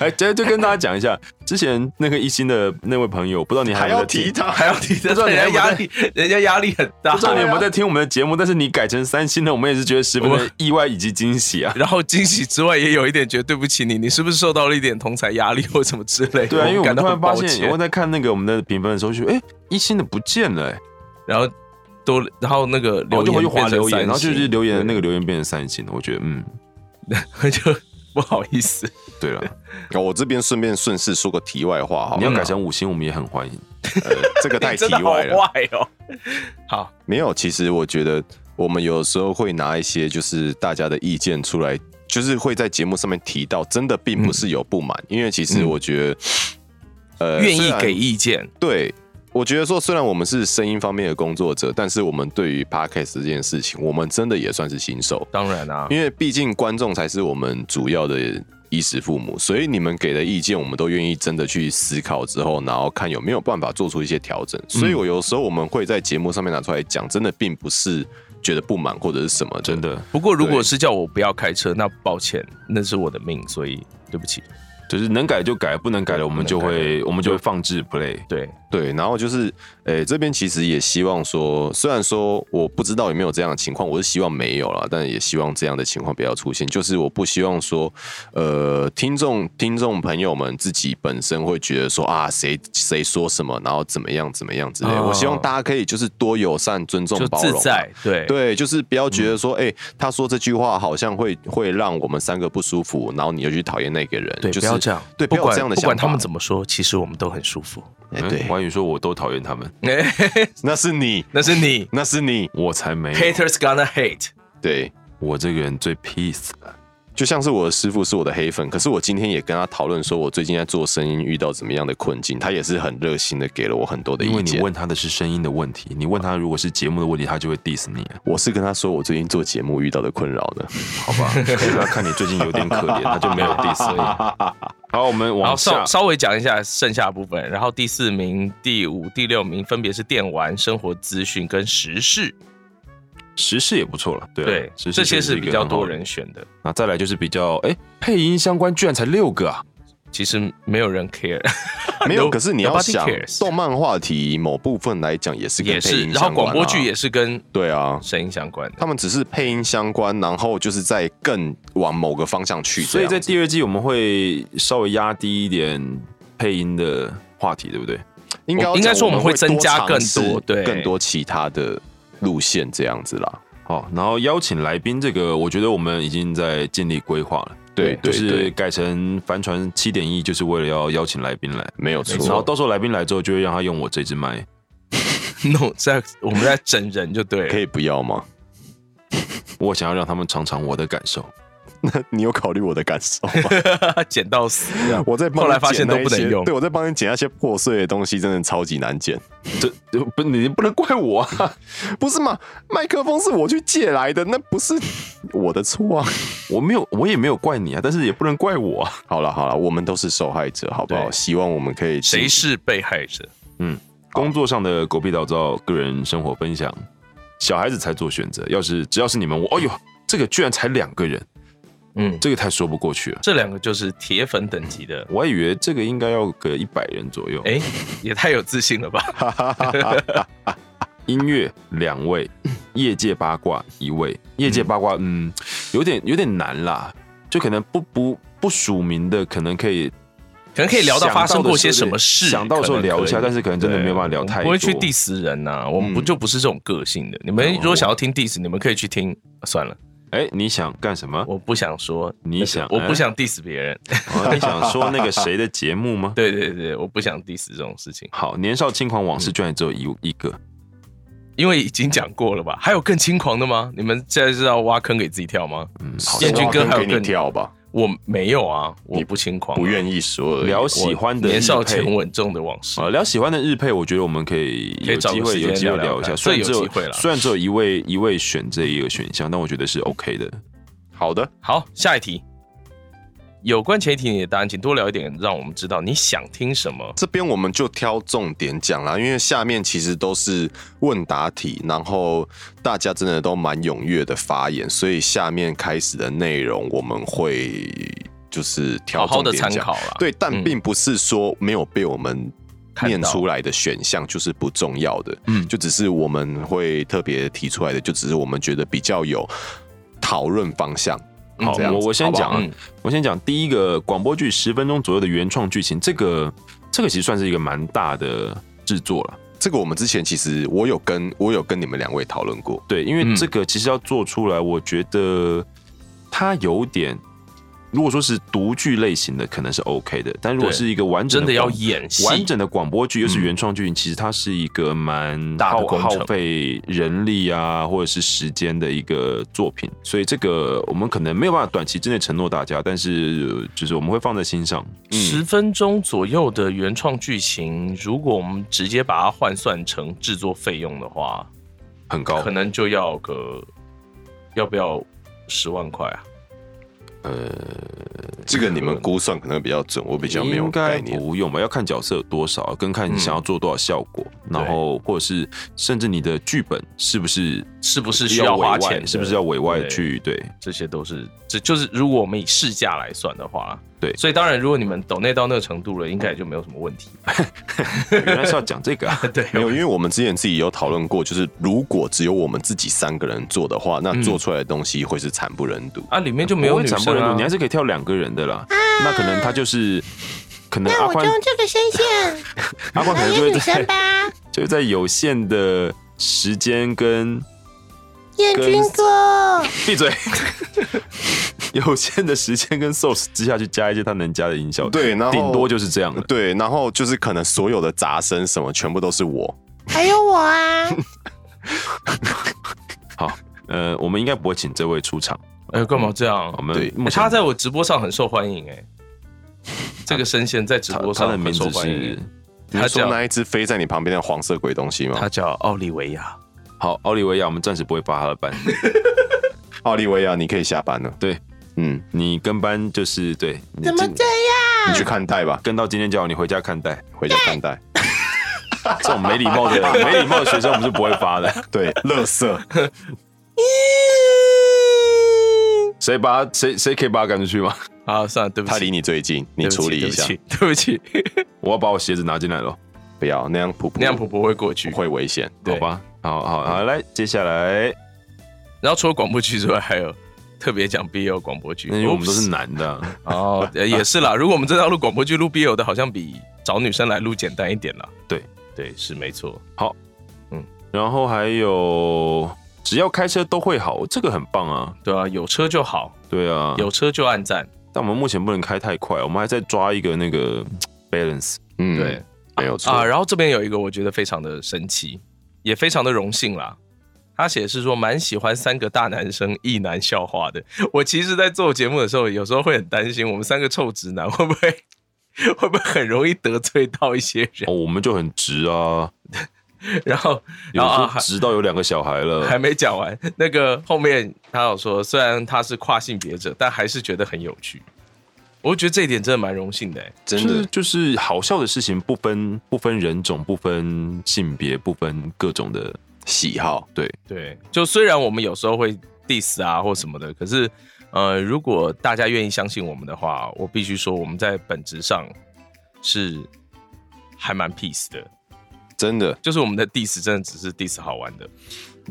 哎，这就跟大家讲一下，之前那个一星的那位朋友，不知道你还
还
有没
要
有在
提
听。
他，
还要提的，人家压力， <laughs> 人家压力很大
不知。道你有没有
啊
在听我们的节目，但是你改成三星呢，我们也是觉得十分
我
的意外以及惊喜啊。
然后惊喜之外，也有一点觉得对不起你，你是不是受到了一点同才压力或什么之类的？
对啊，因为我
感
们
到
突然
很抱
发现，我
歉。
在看那个我们的评分的时候，就觉得哎，一星的不见了，哎，
然后多，然后那个
我
留
就回去
言
划
变成
留言，
三
然后就是
星
留言的那个留言变成三星了，我觉得嗯，
对 <laughs> 就不好意
<laughs>
思。
对了，
哦我这边顺便顺势说个题外话好
你
了，
要改成五星，我们也很欢迎。
呃这个太
<laughs> 你
题
真的好
外了。
坏哦。好，
没有，其实我觉得我们有时候会拿一些就是大家的意见出来，就是会在节目上面提到，真的
嗯
并不是有不满，因为其实我觉得，呃，
愿
虽
意
然
给意见，
对。我觉得说，虽然我们是声音方面的工作者，但是我们对于 podcast 这件事情，我们真的也算是新手。
当然啊，
因为毕竟观众才是我们主要的衣食父母，所以你们给的意见，我们都愿意真的去思考之后，然后看有没有办法做出一些调整。所以我有时候我们会在节目上面拿出来讲，真的并不是觉得不满或者是什么的
真。的，
不过如果
对
是叫我不要开车，那抱歉，那是我的命，所以对不起。
就是能改就改，不能改了我们就
不能改
会我们就会放置 play。
对，
对，然后就是，诶、这边其实也希望说，虽然说我不知道有没有这样的情况，我是希望没有啦，但也希望这样的情况不要出现。就是我不希望说，呃，听众听众朋友们自己本身会觉得说啊，谁谁说什么，然后怎么样怎么样之类的。
哦
我希望大家可以就是多友善、尊重
就、
包
自
容啊，
在，嗯对
对，就是不要觉得说，哎、他说这句话好像会会让我们三个不舒服，然后你就去讨厌那个人，
对，
就是
不要这样，
对，
不
不要有
管
这样的
不
想法，
管他们怎么说，其实我们都很舒服。 <laughs>
哎、
嗯
对，
华语说我都讨厌他们，
那是你，
那是你
那是你，
我才没有，
，haters gonna hate。
对。
我这个人最 peace。
就像是我的师傅是我的黑粉，可是我今天也跟他讨论说，我最近在做声音遇到怎么样的困境，他也是很热心的给了我很多的
因为
意
你
见。
问他的是声音的问题，你问他如果是节目的问题，他就会 diss 你，
我是跟他说我最近做节目遇到的困扰
<laughs>
呢。
好吧？他看你最近有点可怜，他就没有 diss 你。 <laughs> 好，我们
然后
往下
稍。稍微讲一下剩下的部分，然后第四名、第五、第六名分别是电玩、生活资讯跟时事，
时事也不错了，对啊
对，
时事
这些
确实
是
一个
比较
很好
多
的
人。选的。
那再来就是比较，哎，配音相关居然才六个啊！
其实没有人 care，
没有，
No-
可是你要
nobody
想
cares
动漫话题某部分来讲也是 <laughs> 跟
也
配
是，
音
然后
相关、啊、
广播剧也是跟
对啊，
声音相关的。
他们只是配音相关，然后就是在更往某个方向
啊
去这
所以
样子。
在第二季我们会稍微压低一点配音的话题，对不对？
应该要
应该
讲
说我
我
们
们
会增加
多
更
尝试
多对
更多其他的路线这样子啦。
好，然后邀请来宾这个，我觉得我们已经在尽力规划了。
对
就
对
是
对，
改成帆船七点一，就是为了要邀请来宾来，
没有
然后
错。
到时候来宾来之后，就会让他用我这支麦。
<laughs> no，在我们在整人就对
可
了。
以不要吗？
我想要让他们尝尝我的感受。
你有考虑我的感受吗？
<laughs> <laughs> 剪到死，
我在帮你
啊后来发
剪
现
那一
都不能
些
用
对我在帮你剪那些破碎的东西，真的超级难剪，
这这不，你不能怪我啊！
不是嘛？麦克风是我去借来的，那不是我的错
<laughs>
啊。
<laughs> 我没有，我也没有怪你啊，但是也不能怪我啊。
好了好了，我们都是受害者，好不好？
对
希望我们可以
谁
尽
是被害者？
工作上的狗屁倒灶，个人生活分享，小孩子才做选择。要是只要是你们，我哎呦，这个居然才两个人，
嗯，
这个太说不过去了。
这两个就是铁粉等级的。
我还以为这个应该要个一百人左右。
哎，也太有自信了吧？
音乐两 <laughs> 位，业界八卦一位。业界八卦，嗯，有点有点难啦，就可能不不不署名的，可能可以
可能可以聊到发生过些什么事，
想到的时候
可能可以
聊一下但是可能真的没有办法聊太多嗯
对我们不会去 diss 人呐、我们不就不是这种个性的。你们如果想要听 diss，你们可以去听。啊算了，
哎，你想干什么？
我不想说，
你想哎
我不想 diss 别人。 <laughs>
哦你想说那个谁的节目吗？
对对对，我不想 diss 这种事情，
好，年少轻狂往事居然只有一一
嗯
个，
因为已经讲过了吧？还有更轻狂的吗？你们现在是要挖坑给自己跳吗？
嗯，
好
好
建
像
军
我
哥
要
还有
给你
更
跳吧，
我没有啊，我
你
不轻狂啊、
不愿意说而已。
聊喜欢的
年少
日配
前稳重的往事
啊，。聊喜欢的日配，我觉得我们可以
可以
有
找
机
个时
会有
间
机会
聊聊
聊一下。
看
虽然
这
只
有
有
机会啦
虽然只有一位一位选这一个选项，但我觉得是 OK 的。
好的，
好，下一题。有关前提你的答案，请多聊一点，让我们知道你想听什么。
这边我们就挑重点讲啦，因为下面其实都是问答题，然后大家真的都蛮踊跃的发言，所以下面开始的内容我们会就是挑
好好
重
的
点
参
讲。
考
啊
啦。
对，但
嗯
并不是说没有被我们
看
念
到
出来的选项就是不重要的，
嗯
就只是我们会特别提出来的，就只是我们觉得比较有讨论方向。
嗯
好
这样，子
我我先讲
好
啊
嗯，
我先讲第一个广播剧十分钟左右的原创剧情，这个这个其实算是一个蛮大的制作了。
这个我们之前其实我有跟我有跟你们两位讨论过，
对，因为
嗯
这个其实要做出来，我觉得它有点，如果说是独剧类型的，可能是 OK 的，但如果
对
是一个完整的嗯
真的要
广
演戏，
完整的广播剧，又是原创剧，其实它是一个蛮
大的
耗
工程
耗费人力啊，或者是时间的一个作品，所以这个我们可能没有办法短期之内承诺大家，但是呃就是我们会放在心上。
十分钟左右的原创剧情，如果我们直接把它换算成制作费用的话，
很高
可，能就要个要不要十万块啊？
这个你们估算可能比较准，我比较没有
应该
概念。
不用吧？要看角色有多少，跟看你
嗯
想要做多少效果，然后或者是甚至你的剧本是不是
是不是需要花
委外
钱的
是不是要委外
对
去对？
<laughs> 这些都是，这就是如果我们以市价来算的话，
对
所以当然，如果你们抖内到那个程度了，应该也就没有什么问题。
原来是要讲这
<laughs>
个啊。
对，
没有，因为我们之前自己有讨论过，就是如果只有我们自己三个人做的话，那
嗯
做出来的东西会是惨不忍睹。
啊，里面就没有女
惨不
生
忍睹，
啊
你还。是可以跳两个人的啦。那可能他就是，可能
啊那
阿
我就
宽
用这个声
<laughs>
线
阿宽可能
来
就会
演女
<laughs> 在
神吧，
就会在有限的时间
<laughs>
跟
彦君哥。
<laughs> 闭嘴，有限的时间跟 source 之下去加一些他能加的音效，
对然后
顶多就是这样了。
对，然后就是可能所有的杂声什么，全部都是我。
还有
<laughs>
我啊，
好，呃，我们应该不会请这位出场，
哎，干嘛这样
嗯我？
对
们目
欸
前
他在我直播上很受欢迎
<laughs>
哎，这个声线在直
他
播
他
上
的名
很受
字
欢迎
是
欸。
你
他
是说
叫
那一只飞在你旁边的黄色鬼东西吗？
他叫奥利维亚，
好奥利维亚，我们暂时不会发他的班，
奥利维亚，你可以下班了。
对，
嗯，
你跟班就是对，你
怎么
今
这
你
样？
去看待吧，
跟到今天叫你回家看待，
回家看待。
这种没礼貌
<laughs>
的没礼貌的学生我们是不会发的。
对，乐色，
谁把他谁谁可以把他赶出去吗？
啊，算了，对不
他离
起，
你最近，你
对不起
处理一下，
对不起， <laughs> 对不起，
我要把我鞋子拿进来了，
不要那样普普，
那样婆婆会过去。
会危险。
对
好吧？好好好，来，接下来，
然后除了广播剧之外，还有特别讲 BL 广播剧，
因为我们都
Oops
是男的啊，
哦，呃也是啦。如果我们真的要录广播剧，录 BL 的，好像比找女生来录简单一点啦。
对
对，是没错。
然后还有只要开车都会好，这个很棒啊，
对啊，有车就好，
对啊，
有，车就按赞。
但我们目前不能开太快，我们还在抓一个那个 balance，
嗯，
对，
没有错
啊，。然后这边有一个我觉得非常的神奇，也非常的荣幸啦。他写的是说蛮喜欢三个大男生一男笑话的。我其实，在做节目的时候，有时候会很担心我们三个臭直男会不会 <laughs> 会不会很容易得罪到一些人。
哦，我们就很直啊，
然后，
有
然
时
后
候呃
啊还
直到有两个小孩
还
了，
没讲完，那个后面他有说，虽然他是跨性别者，但还是觉得很有趣。我觉得这一点真的蛮荣幸的、欸。
真的，
就是就是好笑的事情，不分不分人种，不分性别，不分各种的，
喜好，对，
对，就虽然我们有时候会 diss 啊或什么的，可是呃，如果大家愿意相信我们的话，我必须说我们在本质上是还蛮 peace 的，
真的，
就是我们的 diss 真的只是 diss 好玩的。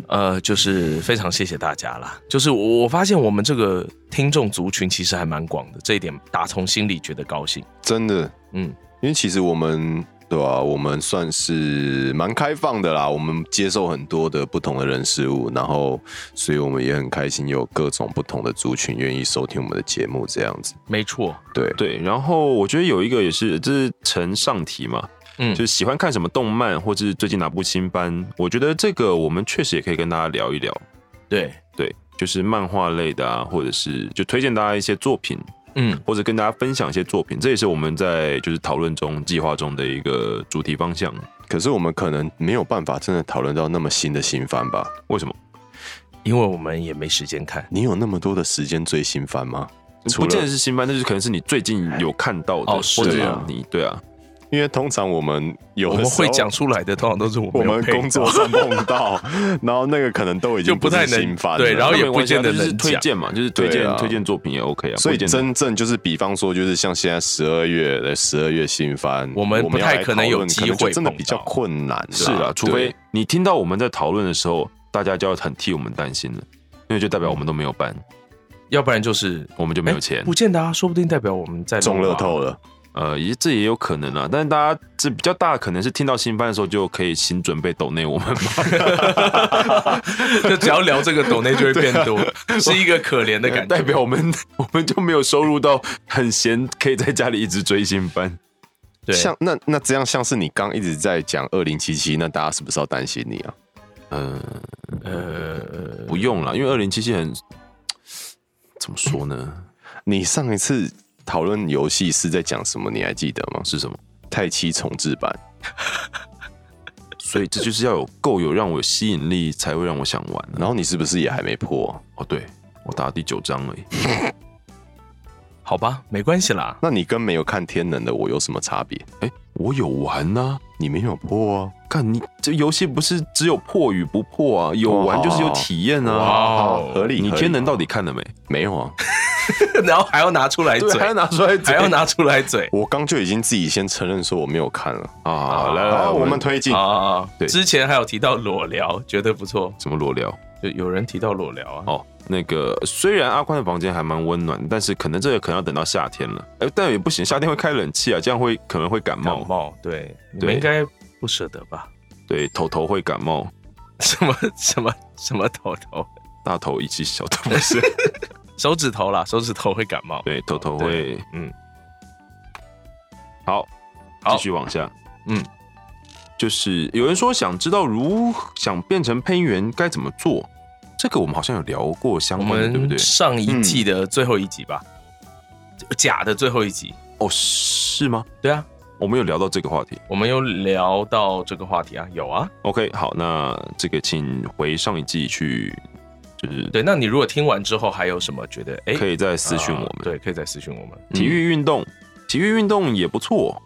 呃，就是非常谢谢大家啦。就是我我发现我们这个听众族群其实还蛮广的，这一点打从心里觉得高兴。
真的，
嗯，
因为其实我们对吧、我们算是蛮开放的啦，我们接受很多的不同的人事物，然后，所以我们也很开心有各种不同的族群愿意收听我们的节目，这样子。
没错，
对，
对，然后我觉得有一个也是，这是陈上题嘛，
嗯，
就是喜欢看什么动漫，或是最近哪部新番，我觉得这个我们确实也可以跟大家聊一聊。
对，
对，就是漫画类的啊，或者是就推荐大家一些作品，
嗯，
或者跟大家分享一些作品，这也是我们在就是讨论中、计划中的一个主题方向。
可是我们可能没有办法真的讨论到那么新的新番吧？
为什么？
因为我们也没时间看，
你有那么多的时间追新番吗？除
不见得
了
是新番，但是可能是你最近有看到的，
哦是
或者
啊
你对啊，
因为通常我们有
我
的
们
时候
会讲出来的，通常都是我
我们
有配到
工作上碰到，然后那个可能都已经
就不太
是
能
新番了
对然后
那
也
没关系啊
不见得
就是
能
推
讲
荐嘛，就是推
对
荐
啊
推荐作品也 OK 啊，
所以
不见得
真正就是，比方说，就是像现在十二月的十二月新番，
我们不
要
太
来
可能
讨论
有机
可能就
会
真的
碰
比较
到
困难啦。
是啊，除非
对
你听到我们在讨论的时候，大家就要很替我们担心了，因为就代表我们都没有办，
要不然就是
我们就没有钱
嗯不。见得啊，说不定代表我们在啊
中乐透
了。
了，
呃，也这也有可能啊，但是大家这比较大，可能是听到新番的时候就可以新准备抖内我们吧。
就只要聊这个抖内就
<laughs>
会变多，
啊
是一个可怜的 <laughs> 感觉。
代表我们 <laughs> 我们就没有收入到很闲，可以在家里一直追新番。
对，
像那那这样像是你刚一直在讲二零七七，那大家是不是要担心你啊？
嗯、
呃，
不用了，因为二零七七很怎么说
<laughs>
呢？
你上一次讨论游戏是在讲什么？你还记得吗？
是什么？
太七重置版，
所以这就是要有够有让我有吸引力，才会让我想玩啊、
然后你是不是也还没破啊、
哦，对我打到第九章而已。
好吧，没关系啦。 <laughs>
那你跟没有看天能的我有什么差别？
哎、我有玩啊呐、
你没有破啊！
看你这游戏不是只有破与不破啊，有
哦
玩就是有体验啊。
哇哦
好合理。
你
合理
天能到底看了没？
没有啊？
然后还要拿出来
对，
嘴
还，要拿出来嘴，
<laughs> 还要拿出来嘴
我刚就已经自己先承认说我没有看了。
啊！来来来，
好，我
<laughs> 我
们
们
推进
啊。啊！啊
对
之前还有提到裸聊，觉得不错，
怎么裸聊？
就有人提到裸聊啊。
哦，那个虽然阿宽的房间还蛮温暖，但是可能这个可能要等到夏天了。哎、但也不行，夏天会开冷气啊，这样会可能会感冒。
感冒，对，你
对
们应该不舍得吧？ <laughs>
对，头头会感冒，
什么什么什么头头，
大头一起小头不
<laughs>
是。
手指头啦，手指头会感冒。
对，头头会，
嗯，
好，
好
继续往下，
嗯，
就是有人说想知道如想变成配音员该怎么做，这个我们好像有聊过相
我
关的，对不对嗯
们？上一季的最后一集吧，假的最后一集。
哦，是吗？
对啊，
我们有聊到这个话题。
我们有聊到这个话题啊，有啊。
OK，好，那这个请回上一季去，就是
对，那你如果听完之后还有什么觉得，哎，
可以嗯再私讯我
啊
们。
对，可以嗯再私讯我们。
体育运动，体育运动也不错。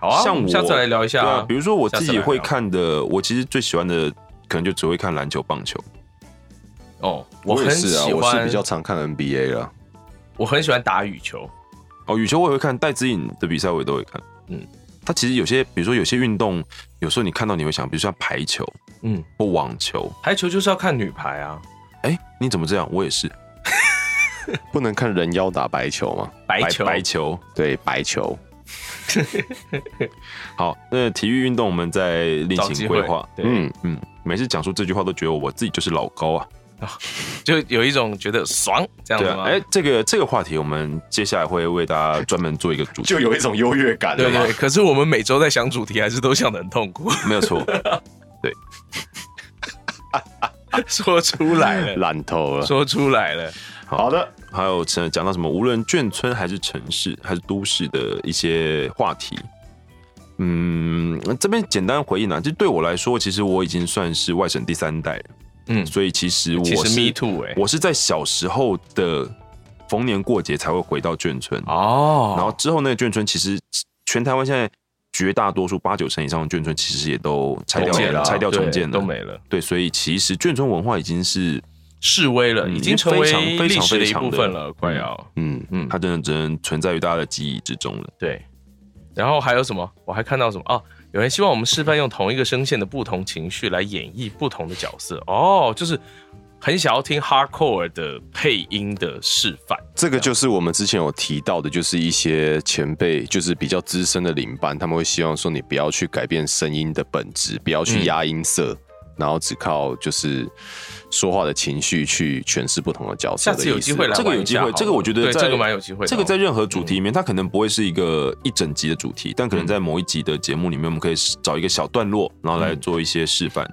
好啊，
像
我们
我
下次来聊一
对
下
啊，比如说我自己会
下次来聊
看的，我其实最喜欢的可能就只会看篮球、棒球。
哦，我
我
很
也是
喜
啊，
欢，
我是比较常看 NBA 了。
我很喜欢打羽球。
哦，羽球我也会看，戴资颖的比赛我也都会看。嗯
嗯，
他其实有些，比如说有些运动，有时候你看到你会想，比如说像排球
嗯，
或网球，
排球就是要看女排啊，
哎、你怎么这样？我也是
不能看人妖打白球吗？
白球，
白球。
对，白球。
好，那体育运动我们再另
找
行
机
规
会
划。
对，
嗯，
嗯，每次讲出这句话都觉得我自己就是老高啊。
就有一种觉得爽这样
对
子
啊，
吗？
哎、这个这个话题我们接下来会为大家专门做一个主题，
就有一种优越感了
对
嘛。
对，可是我们每周在想主题，还是都想的很
<laughs>
痛苦，
没有错。
说出来了，
烂透了。
说出来了，
好的，
还有讲讲到什么，无论眷村还是城市还是都市的一些话题。嗯，这边简单回应啊，就对我来说，其实我已经算是外省第三代了，
嗯，
所以其实我
其
是
实 me too 哎，
我是在小时候的逢年过节才会回到眷村，
哦，
然后之后那个眷村其实全台湾现在绝大多数八九成以上的眷村其实也都拆
重
掉
建了
拆掉重
对
建了，
都没了，
对，所以其实眷村文化已经是
示威了，
嗯
已经成
非
为
常非常
历史的
非
一
常的
部分了，快要，
嗯，
嗯，
它真的只能存在于大家的记忆之中了。
对。然后还有什么？我还看到什么？哦，有人希望我们示范用同一个声线的不同情绪来演绎不同的角色。哦，就是很想要听 hardcore 的配音的示范。
这个就是我们之前有提到的，就是一些前辈，就是比较资深的领班，他们会希望说你不要去改变声音的本质，不要去压音色，然后只靠就是说话的情绪去诠释不同的角色
下
的
次有
意
机
思。
会来玩一下
这个有机
好
会，
了
这个我觉得
对
在
这个蛮有机会的哦。
这个在任何主题里面，它可能不会是一个一整集的主题，但可能在某一集的节目里面，我们可以找一个小段落，然后来做一些示范。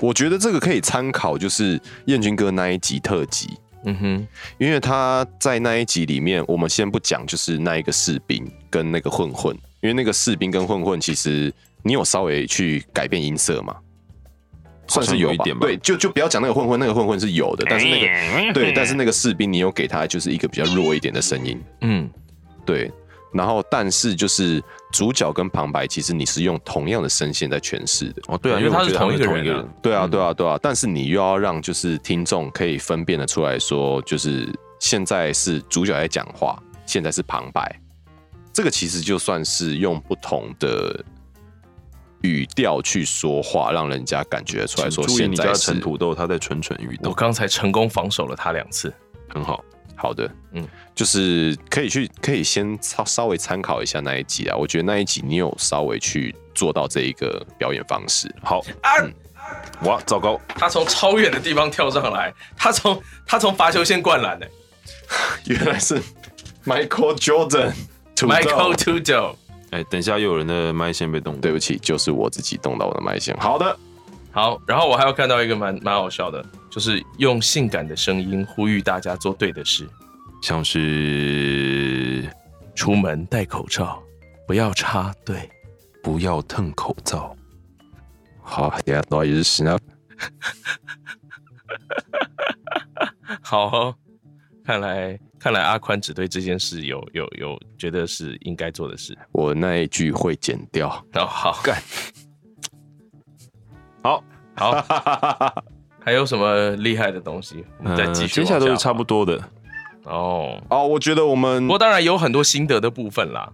我觉得这个可以参考，就是燕军哥那一集特辑，
嗯哼，
因为他在那一集里面，我们先不讲，就是那一个士兵跟那个混混，因为那个士兵跟混混其实你有稍微去改变音色嘛，算是
有
吧
一点吧哎
对，就就不要讲那个混混，那个混混是有的，但是那个对，但是那个士兵你有给他就是一个比较弱一点的声音，
嗯，
对。然后，但是就是主角跟旁白，其实你是用同样的声线在诠释的。
哦，对啊，嗯
因为他
我
是
觉得
同一个
们
人啊
对啊，对啊，对啊。但是你又要让就是听众可以分辨的出来说，就是现在是主角在讲话，现在是旁白。这个其实就算是用不同的语调去说话，让人家感觉出来说
请注意
现
你
在
家
是
陈土豆，他在蠢蠢欲
我
动，
刚才成功防守了他两次。
很好。
好的，
嗯
嗯，就是可以去可以先稍稍微参考一下那一集啊。我觉得那一集你有稍微去做到这一个表演方式，
好，
啊！
哇，糟糕，
他从超远的地方跳上来，他从他从罚球线灌篮的、
原来是 Michael Jordan 土豆。
Michael Tudo。
哎，等一下又有人的麦线被动过，
对不起，就是我自己动到我的麦线。好的，
好，然后我还有看到一个蛮蛮好笑的，就是用性感的声音呼吁大家做对的事，
像是
出门戴口罩，不要插队。
不要蹭口罩，
好，等一下多也是
好哦、看来看来阿宽只对这件事有有有觉得是应该做的事。
我那一句会剪掉。
哦，好，
好，
好，还有什么厉害的东西？我们再继
呃
续、
接下来都是差不多的。
多哦。
哦，我觉得我们
不过当然有很多心得的部分啦，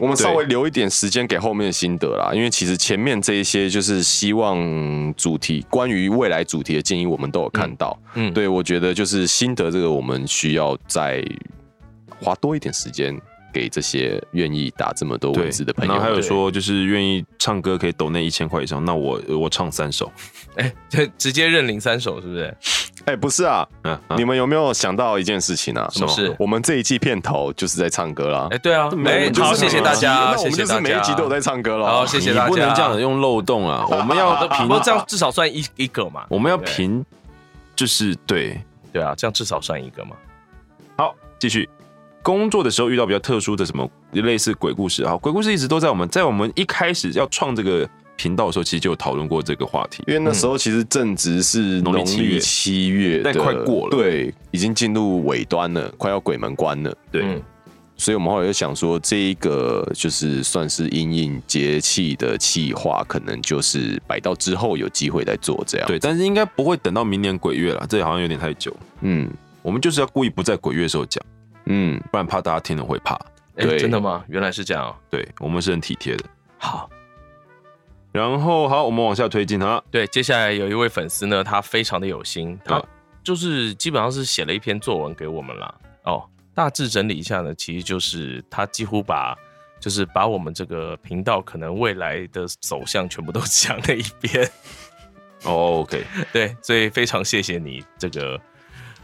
我们
对
稍微留一点时间给后面的心得啦，因为其实前面这一些就是希望主题关于未来主题的建议，我们都有看到。
嗯，
对，我觉得就是心得这个，我们需要再花多一点时间给这些愿意打这么多
对
文字的朋
然后还
友。
有
对
说，就是愿意唱歌可以抖那一千块以上，那我我唱三首。
<laughs> 哎，这直接认领三首是不是？
哎，不是啊，
嗯、啊，
你们有没有想到一件事情啊？
什么事？
我们这一季片头就是在唱歌啦
哎，。对啊，哎，
就是
好，
每
谢
一集
谢大家，
那我
谢
们
谢
就
大
是
家。
每一集都有在唱歌了。
好，谢谢大家。
你不能这样用漏洞啊！我们要
<laughs> 不
凭，
过这样至少算一一个嘛。
我们要
对不对
凭，就是对。
对啊，这样至少算一个嘛。
好，继续。工作的时候遇到比较特殊的什么类似鬼故事啊，鬼故事一直都在我们在我们一开始要创这个频道的时候，其实就有讨论过这个话题。
因为那时候其实正值是
农
农
历七月
历七月的，
但快过了
对，已经进入尾端了，快要鬼门关了。
对，
嗯
所以我们后来就想说，这一个就是算是因应节气的气化，可能就是摆到之后有机会再做这样。，
对，但是应该不会等到明年鬼月了，这好像有点太久。
嗯
我们就是要故意不在鬼月的时候讲，
嗯，
不然怕大家听了会怕。
哎，
对
真的吗？原来是这样哦。
对我们是很体贴的。
好，
然后好，我们往下推进啊，
对，接下来有一位粉丝呢，他非常的有心，他就是基本上是写了一篇作文给我们啦。哦，大致整理一下呢，其实就是他几乎把。就是把我们这个频道可能未来的走向全部都讲了一遍， <laughs>
哦，OK，
对，所以非常谢谢你这个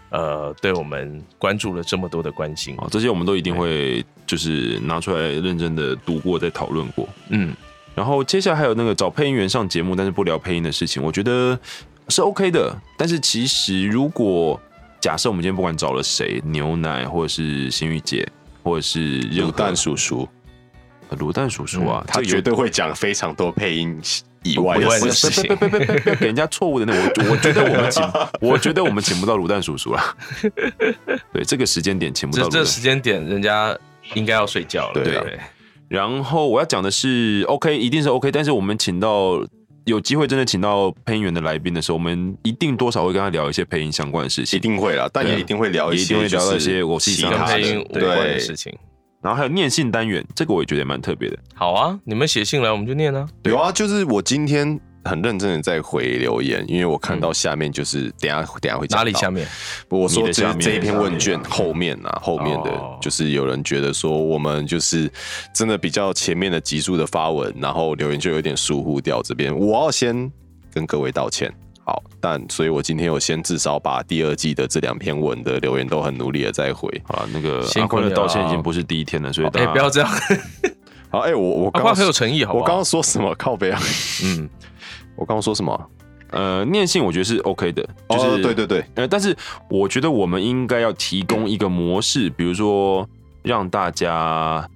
呃，对我们关注了这么多的关心。
哦，这些我们都一定会就是拿出来认真的读过，再讨论过。
嗯，
然后接下来还有那个找配音员上节目，但是不聊配音的事情，我觉得是 OK 的。但是其实如果假设我们今天不管找了谁，牛奶或者是邢玉姐，或者是任
卤
何
蛋叔叔，嗯
呃卤蛋叔叔啊，
他
这个
绝对会讲非常多配音以外
以
的
外
事
的
情
事。情
不不不不不不给人家错误的那种，我我觉得我们请，我觉得我们请不到卤蛋叔叔啦。 <laughs> 对，这个时间点请不到
这
卤
这
蛋。
时间点，人家应该要睡觉了，
对
对
啊
不对？
然后我要讲的是，OK，一定是 OK，但是我们请到有机会真的请到配音员的来宾的时候，我们一定多少会跟他聊一些配音相关的事
一
情。
定会啦，但
对啊
也一定会聊一些，
也一定会聊到一些我
其
自己
跟
想
他
法
配
的
音无关的
对
事情。
然后还有念信单元，这个我也觉得也蛮特别的。
好啊，你们写信来我们就念啊。
有啊，就是我今天很认真的在回留言，因为我看到下面就是、
嗯
等一下等一下会讲
哪里
到
下面？
我说
你的下
这
面
这一篇问卷后面啊，后面
哦
的就是有人觉得说我们就是真的比较前面的集数的发文，然后留言就有点疏忽掉这边，我要先跟各位道歉。好，但所以我今天有先至少把第二季的这两篇文的留言都很努力的再回。
好了，那个
辛
阿
苦
坤的
你
道
了
歉已
啊
经不是第一天了，所以大
哎，
家
不
<laughs>
要这样，
好，哎、我我
阿
刚
宽
刚
很有诚意，好啊不
我刚
好
刚？说什么？靠背 <laughs> 啊！
嗯，
我刚刚说什么？
呃念信，我觉得是 OK 的，就是、
哦，对对对，
呃，但是我觉得我们应该要提供一个模式，比如说让大家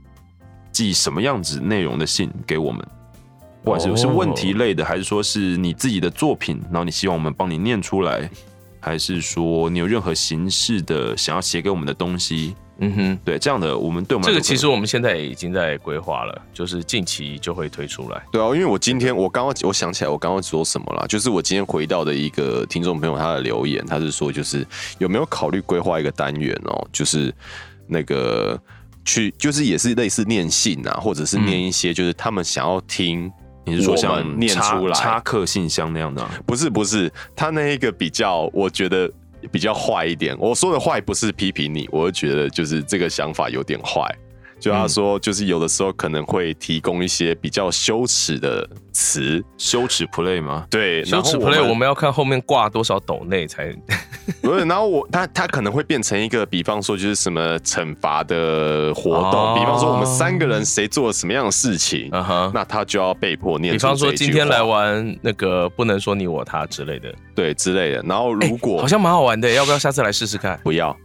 寄什么样子内容的信给我们，不管是
哦
是问题类的，还是说是你自己的作品，然后你希望我们帮你念出来，还是说你有任何形式的想要写给我们的东西，
嗯哼，
对这样的，我们对我们
这
来说
个其
可
实我们现在已经在规划了，就是近期就会推出来。
对啊，因为我今天我刚刚我想起来我刚刚说什么啦，就是我今天回到的一个听众朋友他的留言，他是说就是有没有考虑规划一个单元哦，就是那个去就是也是类似念信啊，或者是念一些就是他们想要听，
能你是说
我
像
们念
插
出来
插客信箱那 <laughs> 样的啊、
不是不是，他那一个比较我觉得比较坏一点，我说的坏不是批评你，我是觉得就是这个想法有点坏。就他
嗯
说，就是有的时候可能会提供一些比较羞耻的词，
羞耻 play 吗？
对，
羞耻
然后
play 我们要看后面挂多少斗内
<laughs>
才
不是，然后我他他可能会变成一个，比方说就是什么惩罚的活动，
哦
比方说我们三个人谁做了什么样的事情，
嗯哼。
那他就要被迫念
比
出
方说
这一句
今天来
话
玩那个不能说你我他之类的，
对之类的，然后如果、
哎好像蛮好玩的，要不要下次来试试看？
不要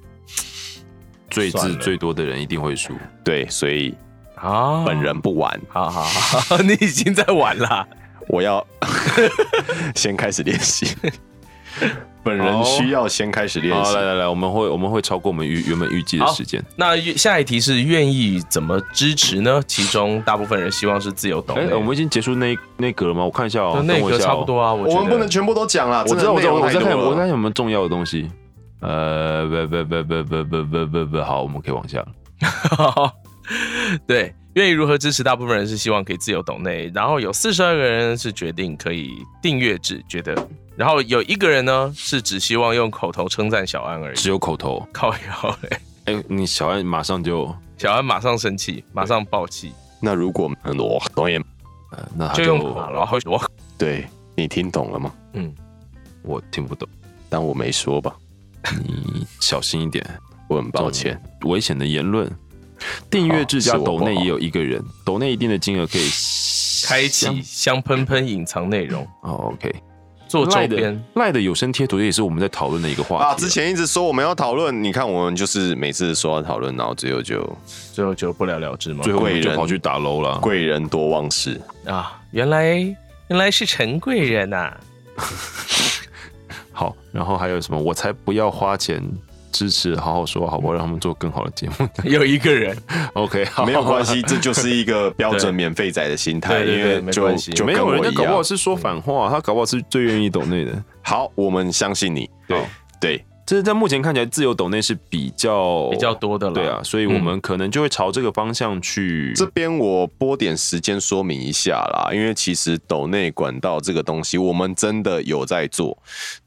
最
算
字
了
最多的人一定会输。
对，所以
啊，
本人不玩，
好好好， <laughs> 你已经在玩啦。
我要 <laughs> 先开始练习，本人需要先开始练
好，
习
来。来来，我们会我们会超过我们预原本预计的时间。
那下一题是愿意怎么支持呢？其中大部分人希望是自由抖
哎、
内，
我们已经结束那那个了吗？我看一下哦、
那
等
那
我一
个
下哦
差不。多啊，我
我
觉得
们不能全部都讲啦，
我知道，我知道，我在
真的内
看，
容太多
我
了
在看有没有重要的东西。呃，不不不不不不不不不，好，我们可以往下了。
<laughs> 对，愿意如何支持？大部分人是希望可以自由抖内，然后有四十二个人是决定可以订阅制，觉得，然后有一个人呢是只希望用口头称赞小安而已。
只有口头。
靠腰 <laughs> 嘞，
哎、你小安马上就，
小安马上生气，马上暴气，
那如果嗯我懂也
呃，那他
就用卡然后我
对你听懂了吗？
嗯，
我听不懂，
当我没说吧，
你小心一点。
我很抱歉。，
危险的言论。订阅制加
好是我
抖
不
内
好
也有一个人，抖内一定的金额可以
开
箱
启香喷喷隐藏内容，
哦，OK。
做周
赖的
边，
赖的有声贴图也是我们在讨论的一个话
啊，
题。
之前一直说我们要讨论，你看我们就是每次说要讨论，然后最后就
最后就不了了之吗？
最后我们
贵
就
人
跑去打 low 了。
贵人多忘事。
啊，原来原来是陈贵人呐、
<laughs>
好，然后还有什么？我才不要花钱支持，好好说，好不好？让他们做更好的节目。
有一个人
OK，好
没有关
<laughs>
系，这就是一个标准免费仔的心态，
对对
因
对
为
没
就
关系
就
没
跟
有人
我
家
一
搞不好
样。
是说反话，他搞不好是最愿意抖内的。
好，我们相信你。
对
对，
这是在目前看起来，自由抖内是比较
比较多的嗯了，
对啊，，所以我们可能就会朝这个方向去。
这边我拨点时间说明一下啦，因为其实抖内管道这个东西，我们真的有在做。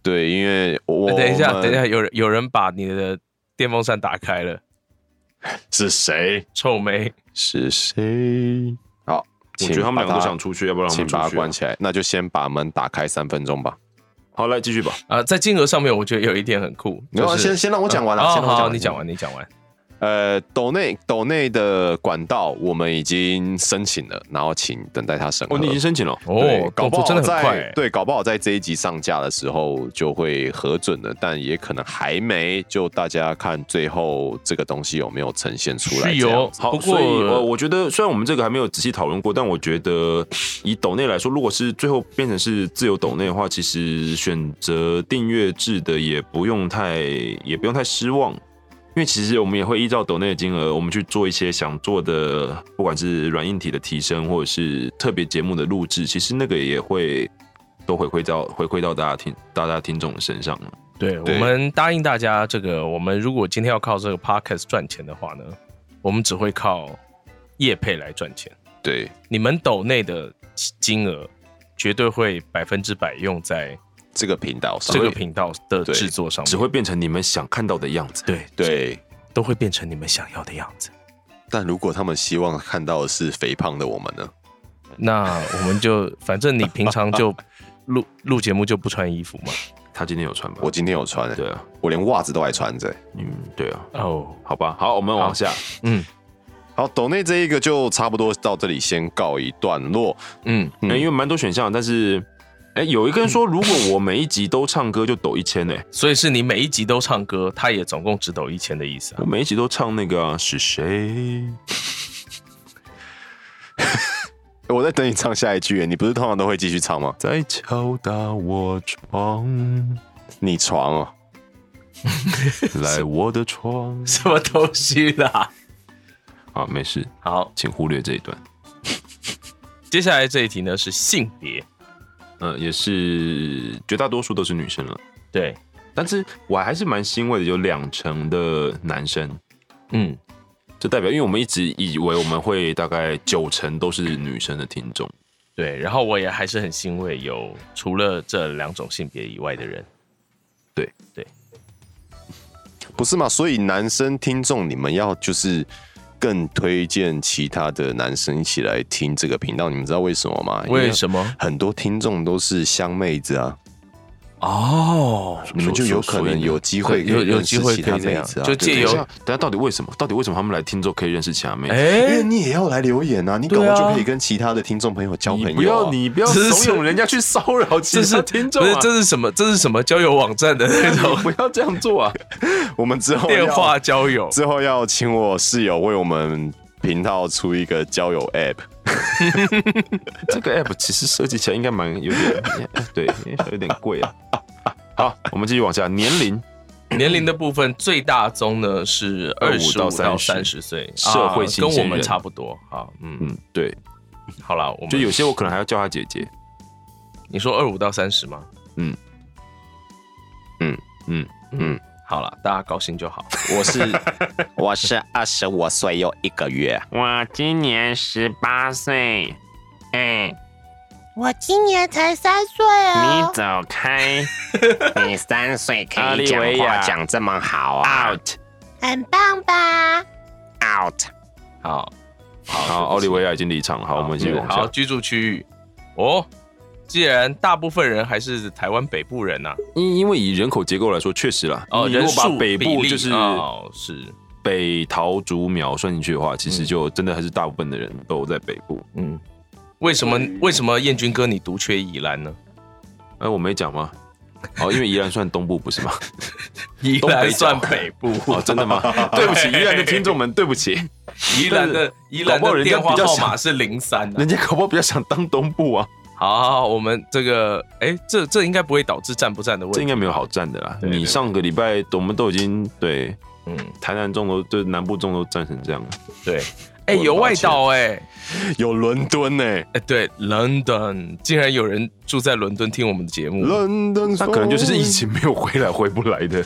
对，因为我
哎
哎
等一下，
我们
等一下，有人有人把你的电风扇打开了，
是谁？
臭妹，
是谁？好，
我觉得他们两个都想
出，
出去，要不然我
请
们
把它关
出去
起
啊。
来。那就先把门打开三分钟吧。
好，来继续吧。
啊、在金额上面，我觉得有一点很酷，
没有啊
就是
先先让我讲完啊
哦
先让我
好
讲
好，
完
你讲完，你讲完，
呃，斗内斗内的管道我们已经申请了，然后请等待它审核。
哦，你已经申请了。
对
哦，
搞
动
不
作
好
真的
在
很快，
对，搞不好在这一集上架的时候就会核准了，但也可能还没。就大家看最后这个东西有没有呈现出来
是
这样
有
子。，
好，
不
所以呃，
过
我觉得虽然我们这个还没有仔细讨论过，但我觉得以抖内来说，如果是最后变成是自由抖内的话，其实选择订阅制的也不用太也不用太失望，因为其实我们也会依照抖内的金额，我们去做一些想做的，不管是软硬体的提升，或者是特别节目的录制，其实那个也会都回馈到回馈到大家听大家听众身上了。
对
对
我们答应大家，这个我们如果今天要靠这个 podcast 赚钱的话呢，我们只会靠业配来赚钱。
对，
你们抖内的金额绝对会百分之百用在
这个频道上
这个
面
频道的制作上
只
面，
会变成你们想看到的样子。
对，
对。
都会变成你们想要的样子。
但如果他们希望看到的是肥胖的我们呢？
那我们就反正你平常就录录节目就不穿衣服嘛。
他今天有穿吧？
我今天有穿、欸，
对啊，
我连袜子都还穿着欸、
嗯，对啊，
哦，
好吧，好，我们往下。哎
嗯
好，抖内这一个就差不多到这里，先告一段落。
嗯，
嗯
欸因为蛮多选项，但是，哎、有一个人说，如果我每一集都唱歌，就抖一千呢、哎
所以是你每一集都唱歌，他也总共只抖一千的意思啊
我。每一集都唱那个、啊、是谁？
哎我在等你唱下一句耶，欸你不是通常都会继续唱吗？
在敲打我窗，
你床哦，
来我的窗
什么东西啦？
啊，没事，
好，
请忽略这一段。
接下来这一题呢是性别，
呃，也是绝大多数都是女生了，
对，
但是我还是蛮欣慰的，有两成的男生，
嗯，
这代表因为我们一直以为我们会大概九成都是女生的听众，
对。然后我也还是很欣慰有除了这两种性别以外的人，
不是嘛？所以男生听众，你们要就是更推荐其他的男生一起来听这个频道，你们知道为什么吗？
哎
为什么？
很多听众都是香妹子啊，
哦，
你们就有可能有机会
有有
认识
机会
其
可
他
以这
妹
样
子啊，
就
对
借
等一
由
下，等一下到底为什么？到底为什么他们来听之后可以认识其他妹子？
因为
哎，
你也要来留言啊，你搞不
对
好
啊
就可以跟其他的听众朋友交朋友、啊
你不要，你不要
这
怂
是
恿人家去骚扰其
这
他
是
听众
不是
啊！
这是什么？这是什么交友网站的那 <laughs> 种
不要这样做啊！
我们之后要
电话交友？
之后要请我室友为我们频道出一个交友 app，
<laughs> 这个 app 其实设计起来应该蛮有点， <laughs> 哎对，有点贵啊。好，我们继续往下，年龄、
年龄的部分最大宗呢是二
25
十
到
五到三
30
十岁，
社会
啊
新
跟我
鲜
们
人
差不多啊。嗯，
嗯，对，
好啦，我们
就有些我可能还要叫她姐姐，
你说二五到三十吗？
嗯，
嗯
嗯
嗯，好了，大家高兴就 <laughs> 好。
我是我是二十五岁又一个月，
我今年十八岁，哎，
我今年才三岁
你
哦。
走开
你三岁可
阿
以
利
讲
维亚
话讲这么好啊
！Out，
很棒吧？
！Out，
好，嗯
好，奥利维亚已经离场了，好，我们继续往
好，
下。
居住区域哦。既然大部分人还是台湾北部人呐、
因因为以人口结构来说，确实啦，
哦，
你如
人
果把
数
北
比
部
例
就是
哦是，
北桃竹苗算进去的话，其实就真的还是大部分的人都在北部。
嗯，为什么为什么燕军哥你独缺宜兰呢？
哎，我没讲吗？哦，因为宜兰算东部不是吗？
宜
东
兰
北角
算北部，
哦，真的吗？
<laughs>
对不起，宜兰的听众 <laughs> 们，对不起，
宜兰的宜
搞
兰
不好
的
人家
电话
比较
号
想
码是零三、啊
人。家搞不好比较想当东部啊，
好好好，我们这个哎，这这应该不会导致站不站的问
这应
题。
该没有好站的啦。
对对
你上个礼拜我们都已经对
嗯，
台南众都对南部众都站成这样了， <laughs>
对。哎，有外岛哎
有伦敦欸呢、
哎，对，London，竟然有人住在伦敦听我们的节目，
伦敦
那可能就是疫情没有回来回不来的。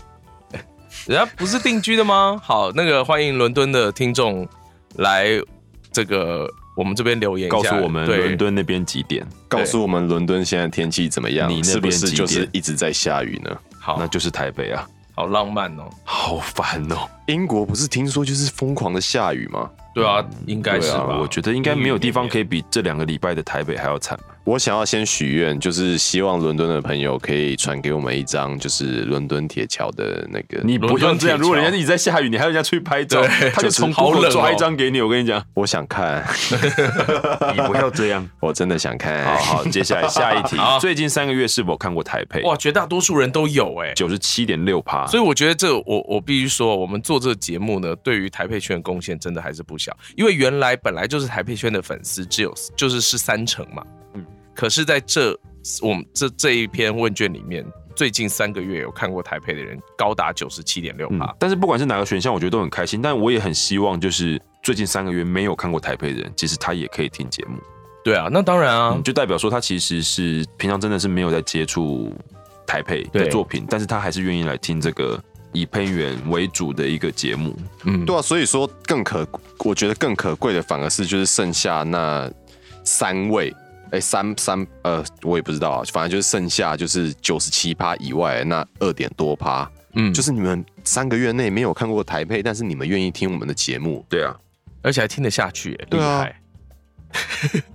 人家不是定居的吗？ <laughs> 好，那个欢迎伦敦的听众来这个我们这边留言一下，
告诉我们
对
伦敦那边几点，
告诉我们伦敦现在天气怎么样？
你那
是不
边
是
几
就是
点
一直在下雨呢？
好
那就是台北啊，
好浪漫哦。
好烦哦。
英国不是听说就是疯狂的下雨吗？
对啊，应该
对
是
啊
吧？
嗯我觉得应该没有地方可
以。
以比这两个礼拜的台北还要惨。
我想要先许愿，就是希望伦敦的朋友可以传给我们一张，就是伦敦铁桥的那个。
你不用这样，
伦敦铁桥
如果人家一直在下雨，你还要人家出去拍照
对，
他就从
就是好冷
Google
哦
抓一张给你。我跟你
<laughs>
讲，
我想看， <laughs>
你不要这样。
我真的想看。
好好，接下来下一题
哎好，
最近三个月是否看过台北？
哇，绝大多数人都有哎、
九十七点六趴，
所以我觉得这我我必须说，我们做这个节目呢，对于台配圈的贡献真的还是不小。因为原来本来就是台配圈的粉丝只有就是是三成嘛，嗯
嗯，
可是在这我们这这一篇问卷里面，最近三个月有看过台配的人高达九十七点六
嗯
趴，
但是不管是哪个选项，我觉得都很开心。但我也很希望，就是最近三个月没有看过台北的人，其实他也可以听节目，
对啊，那当然啊，
嗯就代表说他其实是平常真的是没有在接触台配的
对
作品，但是他还是愿意来听这个以配音员为主的一个节目。
嗯，
对啊，所以说更可，我觉得更可贵的反而是就是剩下那三位，哎、三三呃，我也不知道啊，反正就是剩下就是九十七趴以外的那二点多趴，
嗯，
就是你们三个月内没有看过台配，但是你们愿意听我们的节目，
对啊，
而且还听得下去、欸，厉
对啊
害。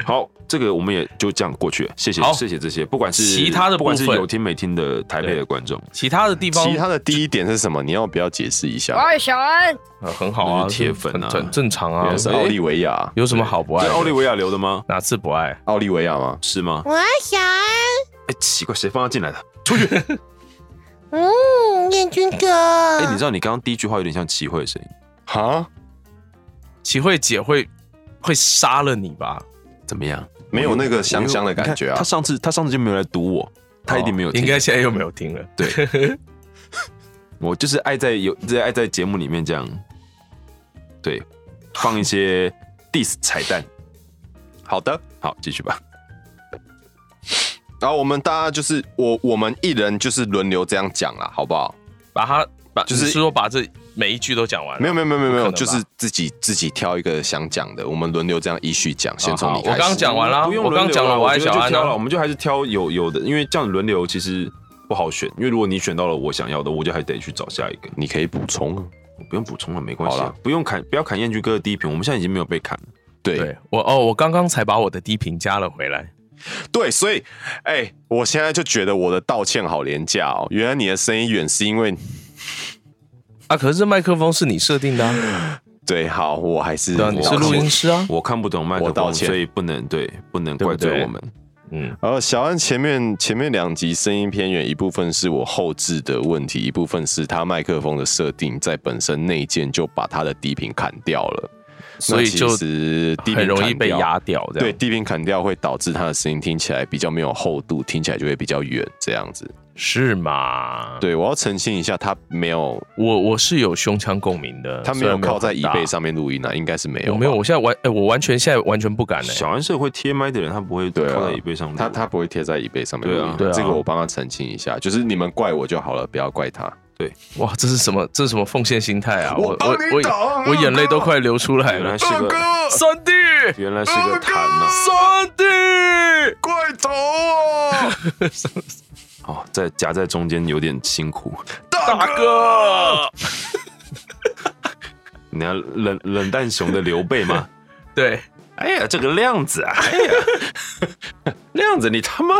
好，这个我们也就这样过去了，谢谢
好
谢谢这些，不管是
其他的
不管是
部分
有听没听的台北的观众，
其他的地方
其他的第一点是什么？你要不要解释一下？
喂，小恩，
呃很好啊，
那是铁粉啊
很很正常啊
也，
是奥利维亚，
有什么好不爱
是
的？
奥利维亚留的吗？
哪次不爱？
奥利维亚吗？
是吗？
我想，
哎、奇怪，谁放他进来的？
嗯，燕军哥，
哎、你知道你刚刚第一句话有点像齐慧的声音，
哈，
齐慧姐会会杀了你吧？
怎么样？
没有那个香香的感觉
你看
啊哦
他。上次他上次就没有来堵我，他一定没有听。
应该现在又没有听了。
我就是爱在有在爱在节目里面这样，对，放一些 diss 彩蛋。
好的，
好，继续吧。
然后我们大家就是我我们一人就是轮流这样讲啦，好不好？
把它把
就
就是是说把这每一句都讲完了。
没有没有没有没有没
不
有，
可能吧
就是自己自己挑一个想讲的，我们轮流这样依序讲，先从你
好
开
我刚
始。
刚讲完啦，
嗯不用
我刚
轮流
刚讲
了，
了，
我
爱
觉得
小
就
安
挑了，我
啊。
们就还是挑有有的，因为这样轮流其实不好选，因为如果你选到了我想要的，我就还得去找下一个。
你可以补充啊。
我不用补充了，没关系
好
啊
啦，
不用砍，不要砍燕居哥的第一瓶，我们现在已经没有被砍了。
对
对我哦，我刚刚才把我的低频加了回来。
对，所以，哎、我现在就觉得我的道歉好廉价哦。原来你的声音远是因为
啊，可是这麦克风是你设定的啊，
对，好，嗯我还是
对啊，你是录音师啊。
我看不懂麦克
我道
风，
歉
所以不能对，不能怪
对不
罪
对
我们。
嗯，
然后小安前面前面两集声音偏远，一部分是我后置的问题，一部分是他麦克风的设定在本身内建就把他的低频砍掉了，
所以就
那其实低频
很容易
砍
被
掉
压掉，这
对，
样
低频砍掉会导致他的声音听起来比较没有厚度，听起来就会比较远这样子。
嗯是吗？，
对，我要澄清一下，他没有
我我是有胸腔共鸣的，
他没
虽
有
然
靠在
很
椅
大
背。上面录音啊，应该是没有
有
吧。
没有？我现在完，哎，我完全现在完全不敢欸嘞。
小安是会贴麦的人，他不会
对啊
靠在椅背上录。
他他不会贴在椅背上面录
对啊
音的，
对啊
这个我帮他澄清一下，就是你们怪我就好了，不要怪他。
哇，这是什么？这是什么奉献心态啊？我
帮你挡啊
我我眼泪都快流出来
原
了
来。是个
三弟，
原来是个啊痰呐、
三弟，
怪头
<laughs>
哦，
哦，在夹在中间有点辛苦。 <laughs>
大哥，
你要冷冷淡熊的刘备吗？
对，
<laughs> 哎呀，这个亮子啊， <laughs> 哎呀， <laughs> 亮子，你 <laughs> 他妈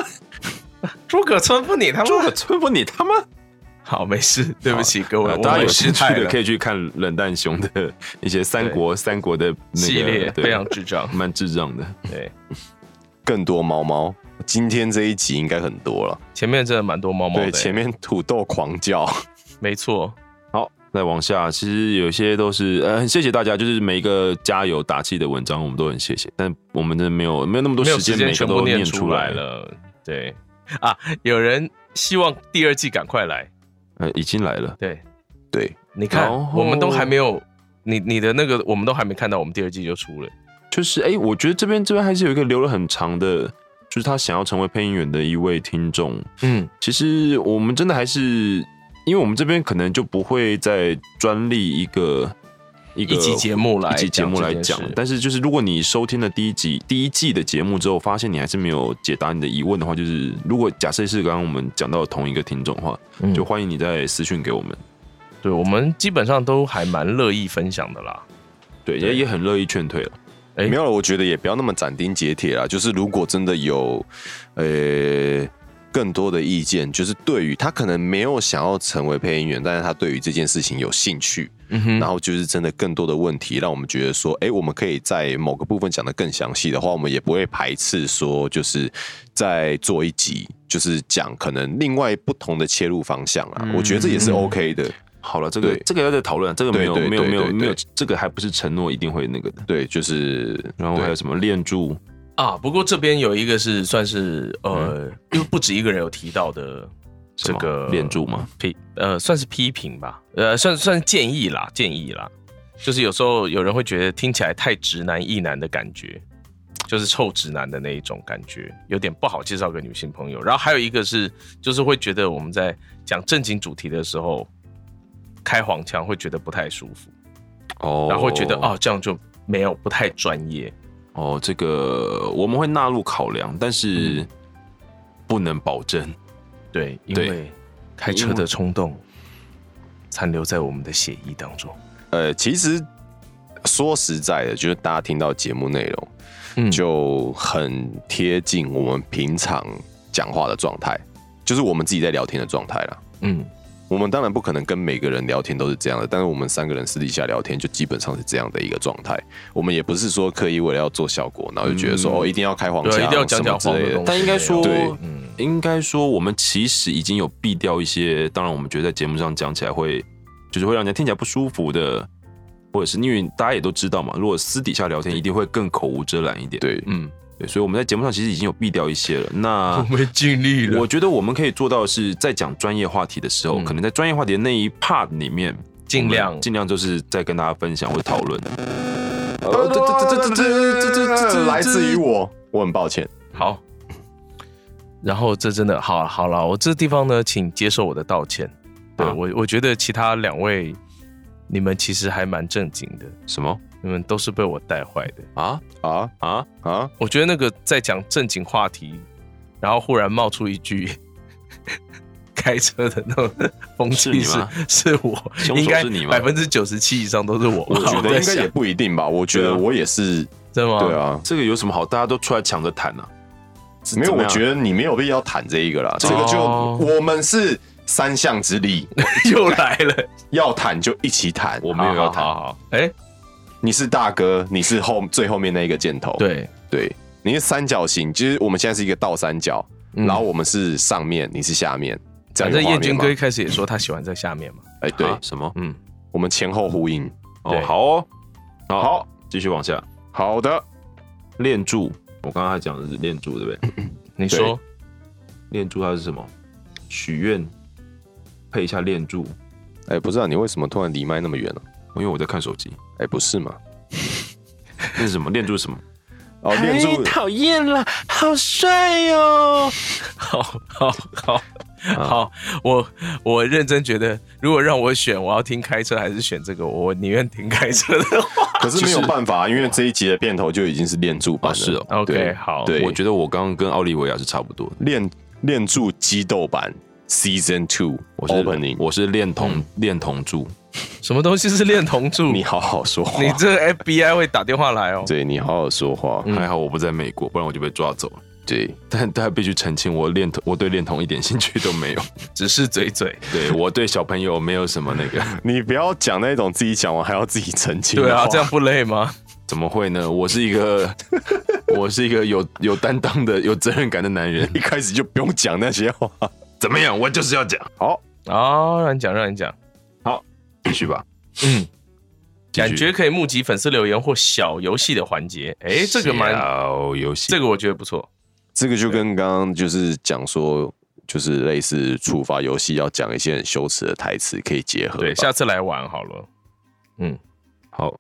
诸葛村不你他
诸葛村夫，你他妈！
好，没事，对不起各位，
呃
我
大家有兴趣的可
以
以去看冷淡熊的一些三国三国的那个
系列
对嗯
非常智障，
蛮智障的。
对，
更多猫猫。今天这一集应该很多了，
前面真的蛮多猫猫
对，
的，
前面土豆狂叫，
没错，
好，再往下，其实有些都是呃，很谢谢大家，就是每一个加油打气的文章，我们都很谢谢，但我们真的没有没有那么多
没有
时
时
间，
间
每个
全
都
部
念
出
来
来。了，对啊，有人希望第二季赶快来，
呃，已经来了，
对，
对，
你看
然后
我们都还没有。你你的那个我们都还没看到，我们第二季就出了。
就是哎、我觉得这边这边还是有一个留了很长的，就是他想要成为配音员的一位听众，
嗯，
其实我们真的还是，因为我们这边可能就不会再专利一个一个
一集节目来
一集节目来
讲
讲
这件事。
但是就是如果你收听了第一集第一季的节目之后，发现你还是没有解答你的疑问的话，就是如果假设是刚刚我们讲到的同一个听众的话，
嗯
就欢迎你再私讯给我们。
对，我们基本上都还蛮乐意分享的啦。
对，也也很乐意劝退了。
诶
没有了，我觉得也不要那么斩钉截铁啦。就是如果真的有，呃，更多的意见，就是对于他可能没有想要成为配音员，但是他对于这件事情有兴趣，
嗯哼，
然后就是真的更多的问题，让我们觉得说，哎，我们可以在某个部分讲得更详细的话，我们也不会排斥说，就是再做一集，就是讲可能另外不同的切入方向
嗯
啊，我觉得这也是 OK 的。
好了，这个
对
这个要再讨论，啊这个没有
对对
没有
对
没有
对
没有
对，
这个还不是承诺一定会那个的。
对，就是
然后还有什么练珠？
啊，不过这边有一个是算是呃，因为不止一个人有提到的
嗯什
这
么
个
练柱吗？
批呃，算是批评吧，呃，算算是建议啦，建议啦，就是有时候有人会觉得听起来太直男意男的感觉，就是臭直男的那一种感觉，有点不好介绍给女性朋友。然后还有一个是，就是会觉得我们在讲正经主题的时候开黄腔，会觉得不太舒服，
哦
然后会觉得哦，这样就没有不太专业。
哦，这个我们会纳入考量，但
嗯
是不能保证。
对，因
对
为开车的冲动残留在我们的血液当中。
呃，其实说实在的，就是大家听到节目内容，
嗯
就很贴近我们平常讲话的状态，就是我们自己在聊天的状态啦。
嗯，
我们当然不可能跟每个人聊天都是这样的，但是我们三个人私底下聊天就基本上是这样的一个状态。我们也不是说刻意为了要做效果，然后就觉得说、哦一定要开黄腔，
对，一定要讲讲
什么
黄
之
的
类的。
东西。
但应该说
对，
嗯
应该说我们其实已经有避掉一些，当然我们觉得在节目上讲起来会，就是会让人家听起来不舒服的，或者是因为大家也都知道嘛，如果私底下聊天一定会更口无遮拦一点。，
对，
嗯，
对，所以我们在节目上其实已经有避掉一些了。
<laughs>
那
们尽力
我觉得我们可以做到的是，在讲专业话题的时候，
嗯
可能在专业话题的那一 part 里面，
尽
我
量
们尽量就是在跟大家分享或讨论。
哦
哦这这这这这这这这来自于我，我很抱歉。
好。然后这真的好好了，我这地方呢，请接受我的道歉。对、
啊
我，我觉得其他两位，你们其实还蛮正经的，
什么
你们都是被我带坏的。
啊
啊
啊？
啊！
我觉得那个在讲正经话题，然后忽然冒出一句 <laughs> 开车的那种风
是
气是
你吗
是我，
凶手
应该
是你吗
百分之九十七以上都是我。
我觉得
在
应该
想
也不一定吧。我觉得我也是，
真的吗？
啊对，啊，
这个有什么好？大家都出来抢着谈啊！
没有，
怎么
我
样
觉得你没有必要谈这一个啦。这个就
哦
我们是三项之力，
又来了，
要谈就一起谈。
我没有要谈
好。好好哎、
你是大哥，你是后最后面那一个箭
哦
头，
对，
对，你是三角形，就是我们现在是一个倒三角，
嗯
然后我们是上面，你是下面，这
反
样有
正
画
彦
面
军
吗
哥？一开始也说他喜欢在下面嘛。
哎，对，
啊什么？
嗯，
我们前后呼应。
哦，
对
好哦，
好
继续往下。
好的，
练柱，我刚刚还讲的是练柱，对不对？<laughs>
你说
练柱它是什么？许愿，配一下练柱。
哎，不知道你为什么突然离麦那么远了？
因为我在看手机。
哎，不是嘛？
那是什么？练柱是什么？
哦，
哎
练住
讨厌了，好帅哟、哦！
好好好
嗯
好，我我认真觉得，如果让我选，我要听开车还是选这个，我宁愿听开车的话。
可是没有办法，啊因为这一集的片头就已经是练柱版了。
哦是哦
OK，
对
好，
对
我觉得我刚刚跟奥利维亚是差不多的。
练练柱激斗版 Season Two
我是
Opening，
我是恋童恋童柱，
什么东西是恋童柱？
你好好说话，
<laughs> 你这 FBI 会打电话来哦。
对你好好说话，
嗯
还好我不在美国，不然我就被抓走了。
对，
但大家必须澄清，我恋童我对恋童一点兴趣都没有，
只是嘴嘴。
对我对小朋友没有什么那个，
你不要讲那种自己讲完还要自己澄清的
对啊，
话
这样不累吗？
怎么会呢？我是一
<laughs>
个我是一个有有担当的、有责任感的男人。
一开始就不用讲那些话。
怎么样？我就是要讲，
好，
啊，让你讲，让你讲，
继续吧。
嗯
继续，
感觉可以募集粉丝留言或小游戏的环节。哎，这个蛮，
小游戏，
这个我觉得不错。
这个就跟刚刚就是讲说，就是类似处罚游戏要讲一些很羞耻的台词可以结合吧。
对，下次来玩好了。
好，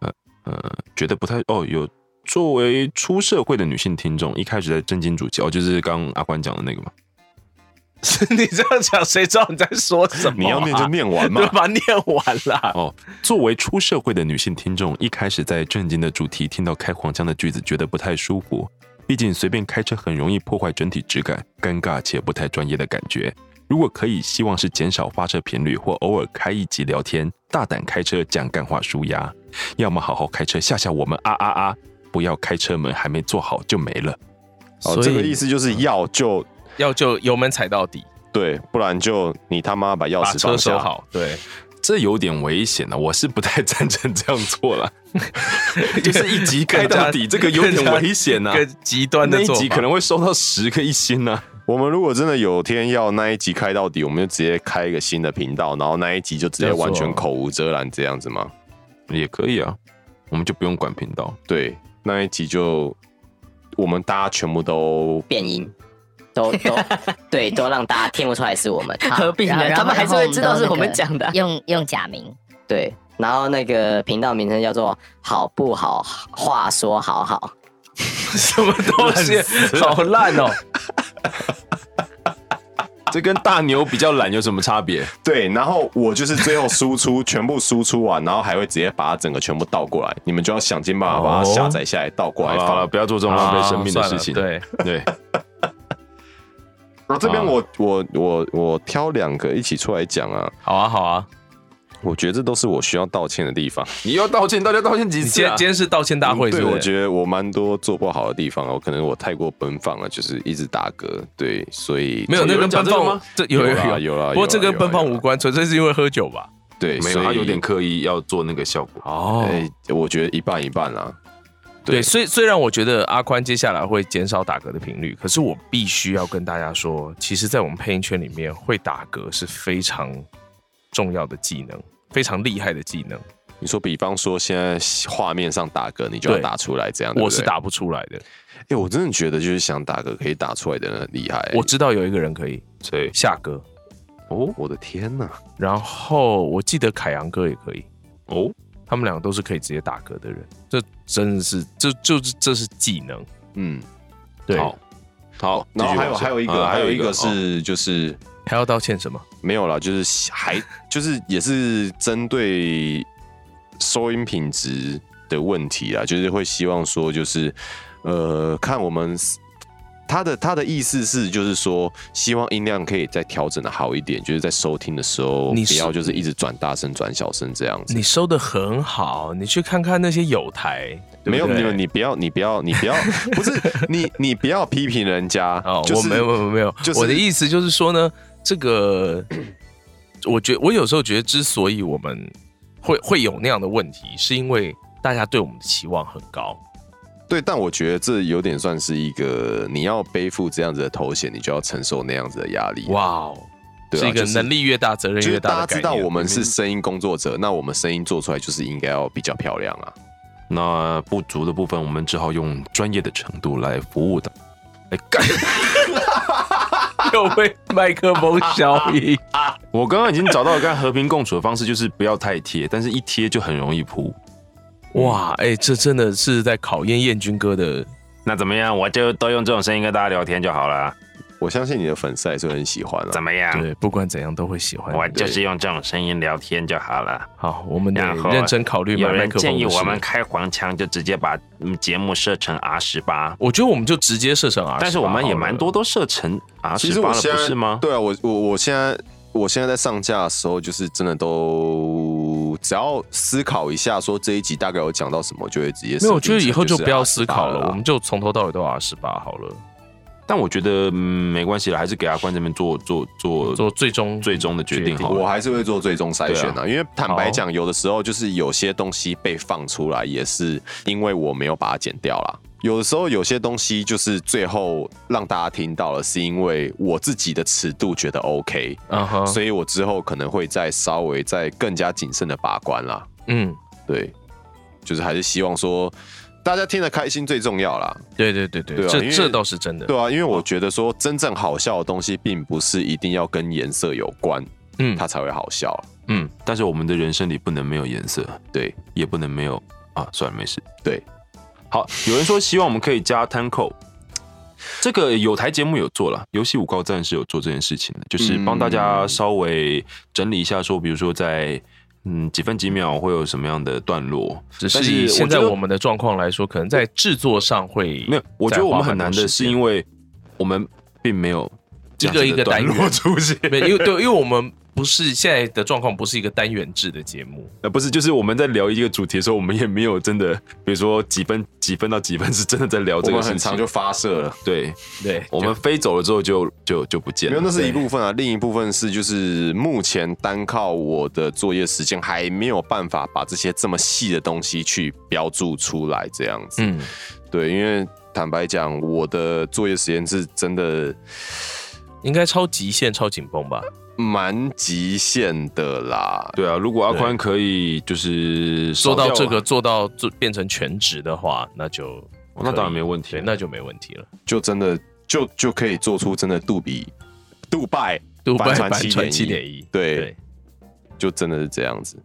呃呃，觉得不太哦。有作为出社会的女性听众，一开始在正经主题哦，就是刚刚阿关讲的那个嘛。
是 <laughs> 你这样讲，谁知道你在说什么啊、
你要念就念完嘛
对。吧？念完啦。
哦，作为出社会的女性听众，一开始在正经的主题听到开黄腔的句子，觉得不太舒服。毕竟随便开车很容易破坏整体质感，尴尬且不太专业的感觉。如果可以，希望是减少发射频率，或偶尔开一集聊天，大胆开车讲干话舒压。要么好好开车吓吓我们啊啊啊！不要开车门还没做好就没了。
哦，这个意思就是要就
要就油门踩到底，
对，不然就你他妈把钥
把
匙
车
放
收
下。
好。对，
这有点危险啊了、我是不太赞成这样做 <laughs> 了，就是一集开到底，这个有点危险啊呐、
更极端
那
的
一
做法
集可能会收到十个一星啊呐、
我们如果真的有天要那一集开到底，我们就直接开一个新的频道，然后那一集就直接完全口无遮拦这样子吗？
也可以啊，我们就不用管频道。
对，那一集就我们大家全部都
变音，都
<laughs>
都对，都让大家听不出来是我们，
合并
然后
了，他们还是会知道是我们讲的。
用用假名，
对。然后那个频道名称叫做“好不好话说好好
什么东 <laughs> 西好烂哦。
这跟大牛比较懒有什么差别？
对，然后我就是最后输出全部输出完，然后还会直接把它整个全部倒过来，你们就要想尽办法把它下载下来倒过
好
来
了，好
放
了，。不要做这种浪费生命的
啊
事情。
算了
对，
我这边
啊
我我我我挑两个一起出来讲啊
对，，好啊，好啊。
我觉得这都是我需要道歉的地方。
你要道歉，大家道歉几
你
次
今天
啊？
今天是道歉大会
嗯
是
对，
不是，
我觉得我蛮多做不好的地方哦，可能我太过奔放了，就是一直打嗝。对，所以
没有那
有
跟
人讲
奔
这个
放
吗，
这有
有啦啊
有
有啦
不过这
有啦
跟奔放
有啦啊
无关，纯粹是因为喝酒吧。
对，
没
所
有，
以
他有点刻意要做那个效果。
哦
哎，我觉得一半一半啦。
对，虽虽然我觉得阿宽接下来会减少打嗝的频率，可是我必须要跟大家说，其实，在我们配音圈里面，会打嗝是非常重要的技能，非常厉害的技能。
你说，比方说现在画面上打嗝，你就要
对
打出来这样。对不
我是
对，
打不出来的。
哎、我真的觉得就是想打嗝可以打出来的人很厉害、
我知道有一个人可以
谁？
下歌，
哦，我的天哪！
然后我记得凯阳哥也可以，
哦，
他们两个都是可以直接打嗝的人。这真的是，这就是这是技能。
嗯，
对，
好好，
然后
继续
还有
往下
还有一个，
啊
还有一个
哦
是就是、
还要道歉什么？
没有啦，就是
<laughs>
还就是也是针对收音品质的问题啦，就是会希望说就是呃，看我们 s- 他的他的意思是就是说，希望音量可以再调整的好一点，就是在收听的时候
你
不
是
要就是一直转大声转小声这样子。
你收的很好，你去看看那些友台，对不
没有，
对
没有，你不要，你不要，你不要，不是你，你不要批评人家。
<laughs> 哦，
就是、
我没有没有没有，
就是
我的意思就是说呢，这个 <clears throat> 我觉我有时候觉得，之所以我们会会有那样的问题，是因为大家对我们的期望很高。
对，但我觉得这有点算是一个，你要背负这样子的头衔，你就要承受那样子的压力。
哇哦，
对啊
是一个
就是
能力越大、责任
就是
越大
大
的
家
概
知
念。嗯
道我们是声音工作者，那我们声音做出来就是应该要比较漂亮啊。
那不足的部分，我们只好用专业的程度来服务的。哎，干！
<laughs> 又被麦克风消 <laughs> 音。
我刚刚已经找到跟和平共处的方式，就是不要太贴，但是一贴就很容易扑。
哇，哎、这真的是在考验燕军哥的。
那怎么样？我就都用这种声音跟大家聊天就好了。
我相信你的粉丝还是会很喜欢啊。
怎么样？
对，不管怎样都会喜欢。
我就是用这种声音聊天就好了。
好，我们得
然后
认真考虑买
有
麦
人
克风
建
的
议
事
我们，开黄腔，就直接把嗯节目设成 R 十八，
我觉得我们就直接设成 R，
但是我们也蛮多都设成 R
啊其
十
实
八
我
了，
现
不
在
是吗？
对啊，我我我现在我现在在上架的时候，就是真的都只要思考一下，说这一集大概有讲到什么，就会直接
没有，
设定
我觉得以后就
成
不要思
28
考了，
啦
我们就从头到尾都 R 十八好了，
但我觉得嗯没关系了，还是给阿关这边做做做
做最终
最终的决定好
我
了。
还是会做最终筛选
对
啊，因为坦白讲，有的时候就是有些东西被放出来，也是因为我没有把它剪掉啦。有的时候有些东西就是最后让大家听到了，是因为我自己的尺度觉得 OK，、
嗯哼，
所以我之后可能会再稍微再更加谨慎的把关啦。
嗯，
对，就是还是希望说大家听得开心最重要啦。
对对对对，
对啊因
这
为
这倒是真的，
对啊，因为我觉得说真正好笑的东西，并不是一定要跟颜色有关，
嗯
它才会好笑。
嗯，
但是我们的人生里不能没有颜色，
对
也不能没有啊，算了，没事。
对，
好，有人说希望我们可以加 Tanko，这个有台节目有做了，游戏五高站是有做这件事情的，
嗯
就是帮大家稍微整理一下，说比如说在嗯几分几秒会有什么样的段落，
只
但
是
是
以现在
我觉得
我们的状况来说，可能在制作上会
没有，我觉得我们很难的是因
为
为我们并没有这
一
样子
个
的
一个单
段落
元
出现， <laughs>
没有，因为对，因为我们不是现在的状况，不是一个单元制的节目，
呃，不是，就是我们在聊一个主题的时候，我们也没有真的，比如说几分几分到几分是真的在聊
我
这个
们
事
很
情
长，就发射了。
对，
对，
我们飞走了之后就就就不见
没
了。
有，那是一部分啊，另一部分是就是目前单靠我的作业时间还没有办法把这些这么细的东西去标注出来，这样子。
嗯，
对，因为坦白讲，我的作业时间是真的
应该超极限、超紧绷吧？
蛮极限的啦。
对啊，如果阿宽可以就是
做到
少
这
掉
个，，做到做变成全职的话，那就
哦那当然没问题
对，那就没问题了。
就真的就就可以做出真的杜比杜拜，
杜拜
帆
版
船
传七
7.1
点一，
对，就真的是这样子。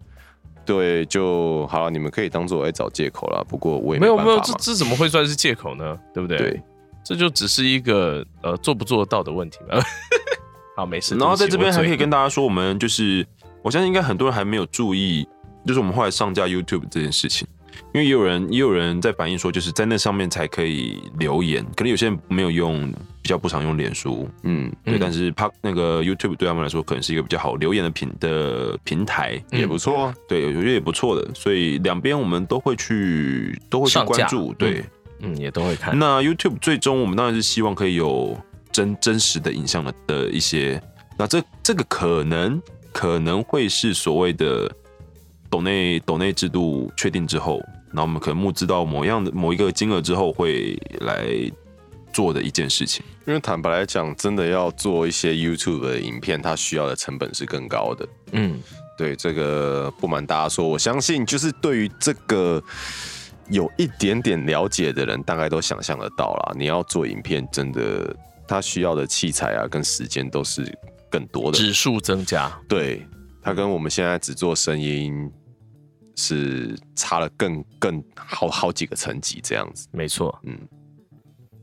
对，就好了，你们可以当做我在找借口啦。不过我也
没有
办
没有，
法
这
嘛
这怎么会算是借口呢？对不对？
对，
这就只是一个呃做不做得到的问题嘛。 <laughs> 好，没事。
然后
对
在
不
这
起
边还可以跟
我
大家说，我们就是我相信应该很多人还没有注意，就是我们后来上架 YouTube 这件事情，因为也有人也有人在反映说，就是在那上面才可以留言，可能有些人没有用，比较不常用脸书，
嗯，
嗯
对，但是 p 那个 YouTube 对他们来说可能是一个比较好留言的平的平台，
嗯
也不错啊。
对，我觉得也不错的，所以两边我们都会去都会去
上架
关注，对。
嗯也都会
哎
看。
那 YouTube 最终我们当然是希望可以有真真实的影像的的一些，那这这个可能可能会是所谓的抖内抖内制度确定之后，那我们可能募资到某样的某一个金额之后会来做的一件事情。
因为坦白来讲，真的要做一些 YouTube 的影片，它需要的成本是更高的。
嗯，
对这个不瞒大家说，我相信就是对于这个有一点点了解的人，大概都想象得到啦。你要做影片，真的它需要的器材啊跟时间都是更多的。
指数增加，
对，它跟我们现在只做声音是差了更更好好几个层级这样子。
没错，
嗯，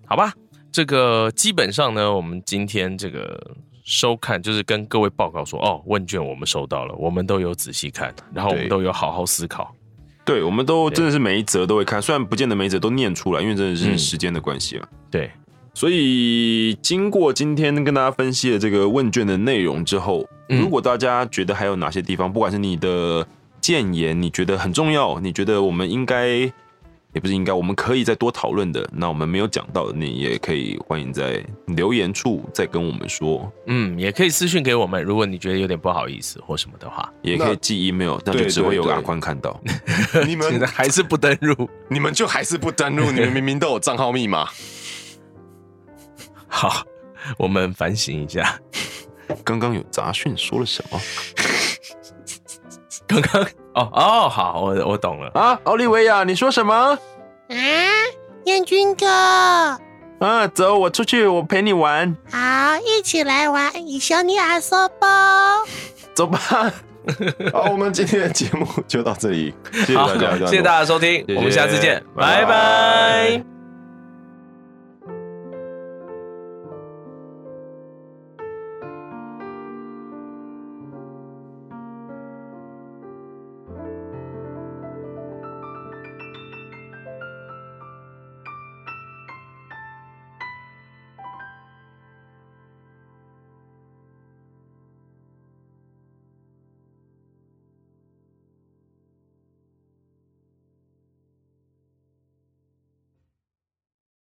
好吧，这个基本上呢，我们今天这个收看就是跟各位报告说，哦，问卷我们收到了，我们都有仔细看，然后我们
对
都有好好思考。
对，我们都真的是每一则都会看，虽然不见得每一则都念出来，因为真的是
嗯
时间的关系啊。
对，
所以经过今天跟大家分析的这个问卷的内容之后，
嗯
如果大家觉得还有哪些地方，不管是你的建言，你觉得很重要，你觉得我们应该也不是应该，我们可以再多讨论的，那我们没有讲到的，你也可以欢迎在留言处再跟我们说，
嗯，也可以私讯给我们，如果你觉得有点不好意思或什么的话，
也可以寄 email，那就
对
只会有
对对
阿宽看到。
你
<laughs> 现在
们
还是不登入。
你们就还是不登录，你们明明都有账号密码。
好，我们反省一下，
刚刚有杂讯说了什么
刚刚哦哦，好，我我懂了。
啊？奥利维亚，你说什么？
啊，彦君哥，
啊，走，我出去，我陪你玩，
好，一起来玩以小尼阿说吧。
走吧。
好，我们今天的节目就到这里。
谢谢
好
大家，
谢谢大家收听，
谢
我们下次见，
拜
拜拜
拜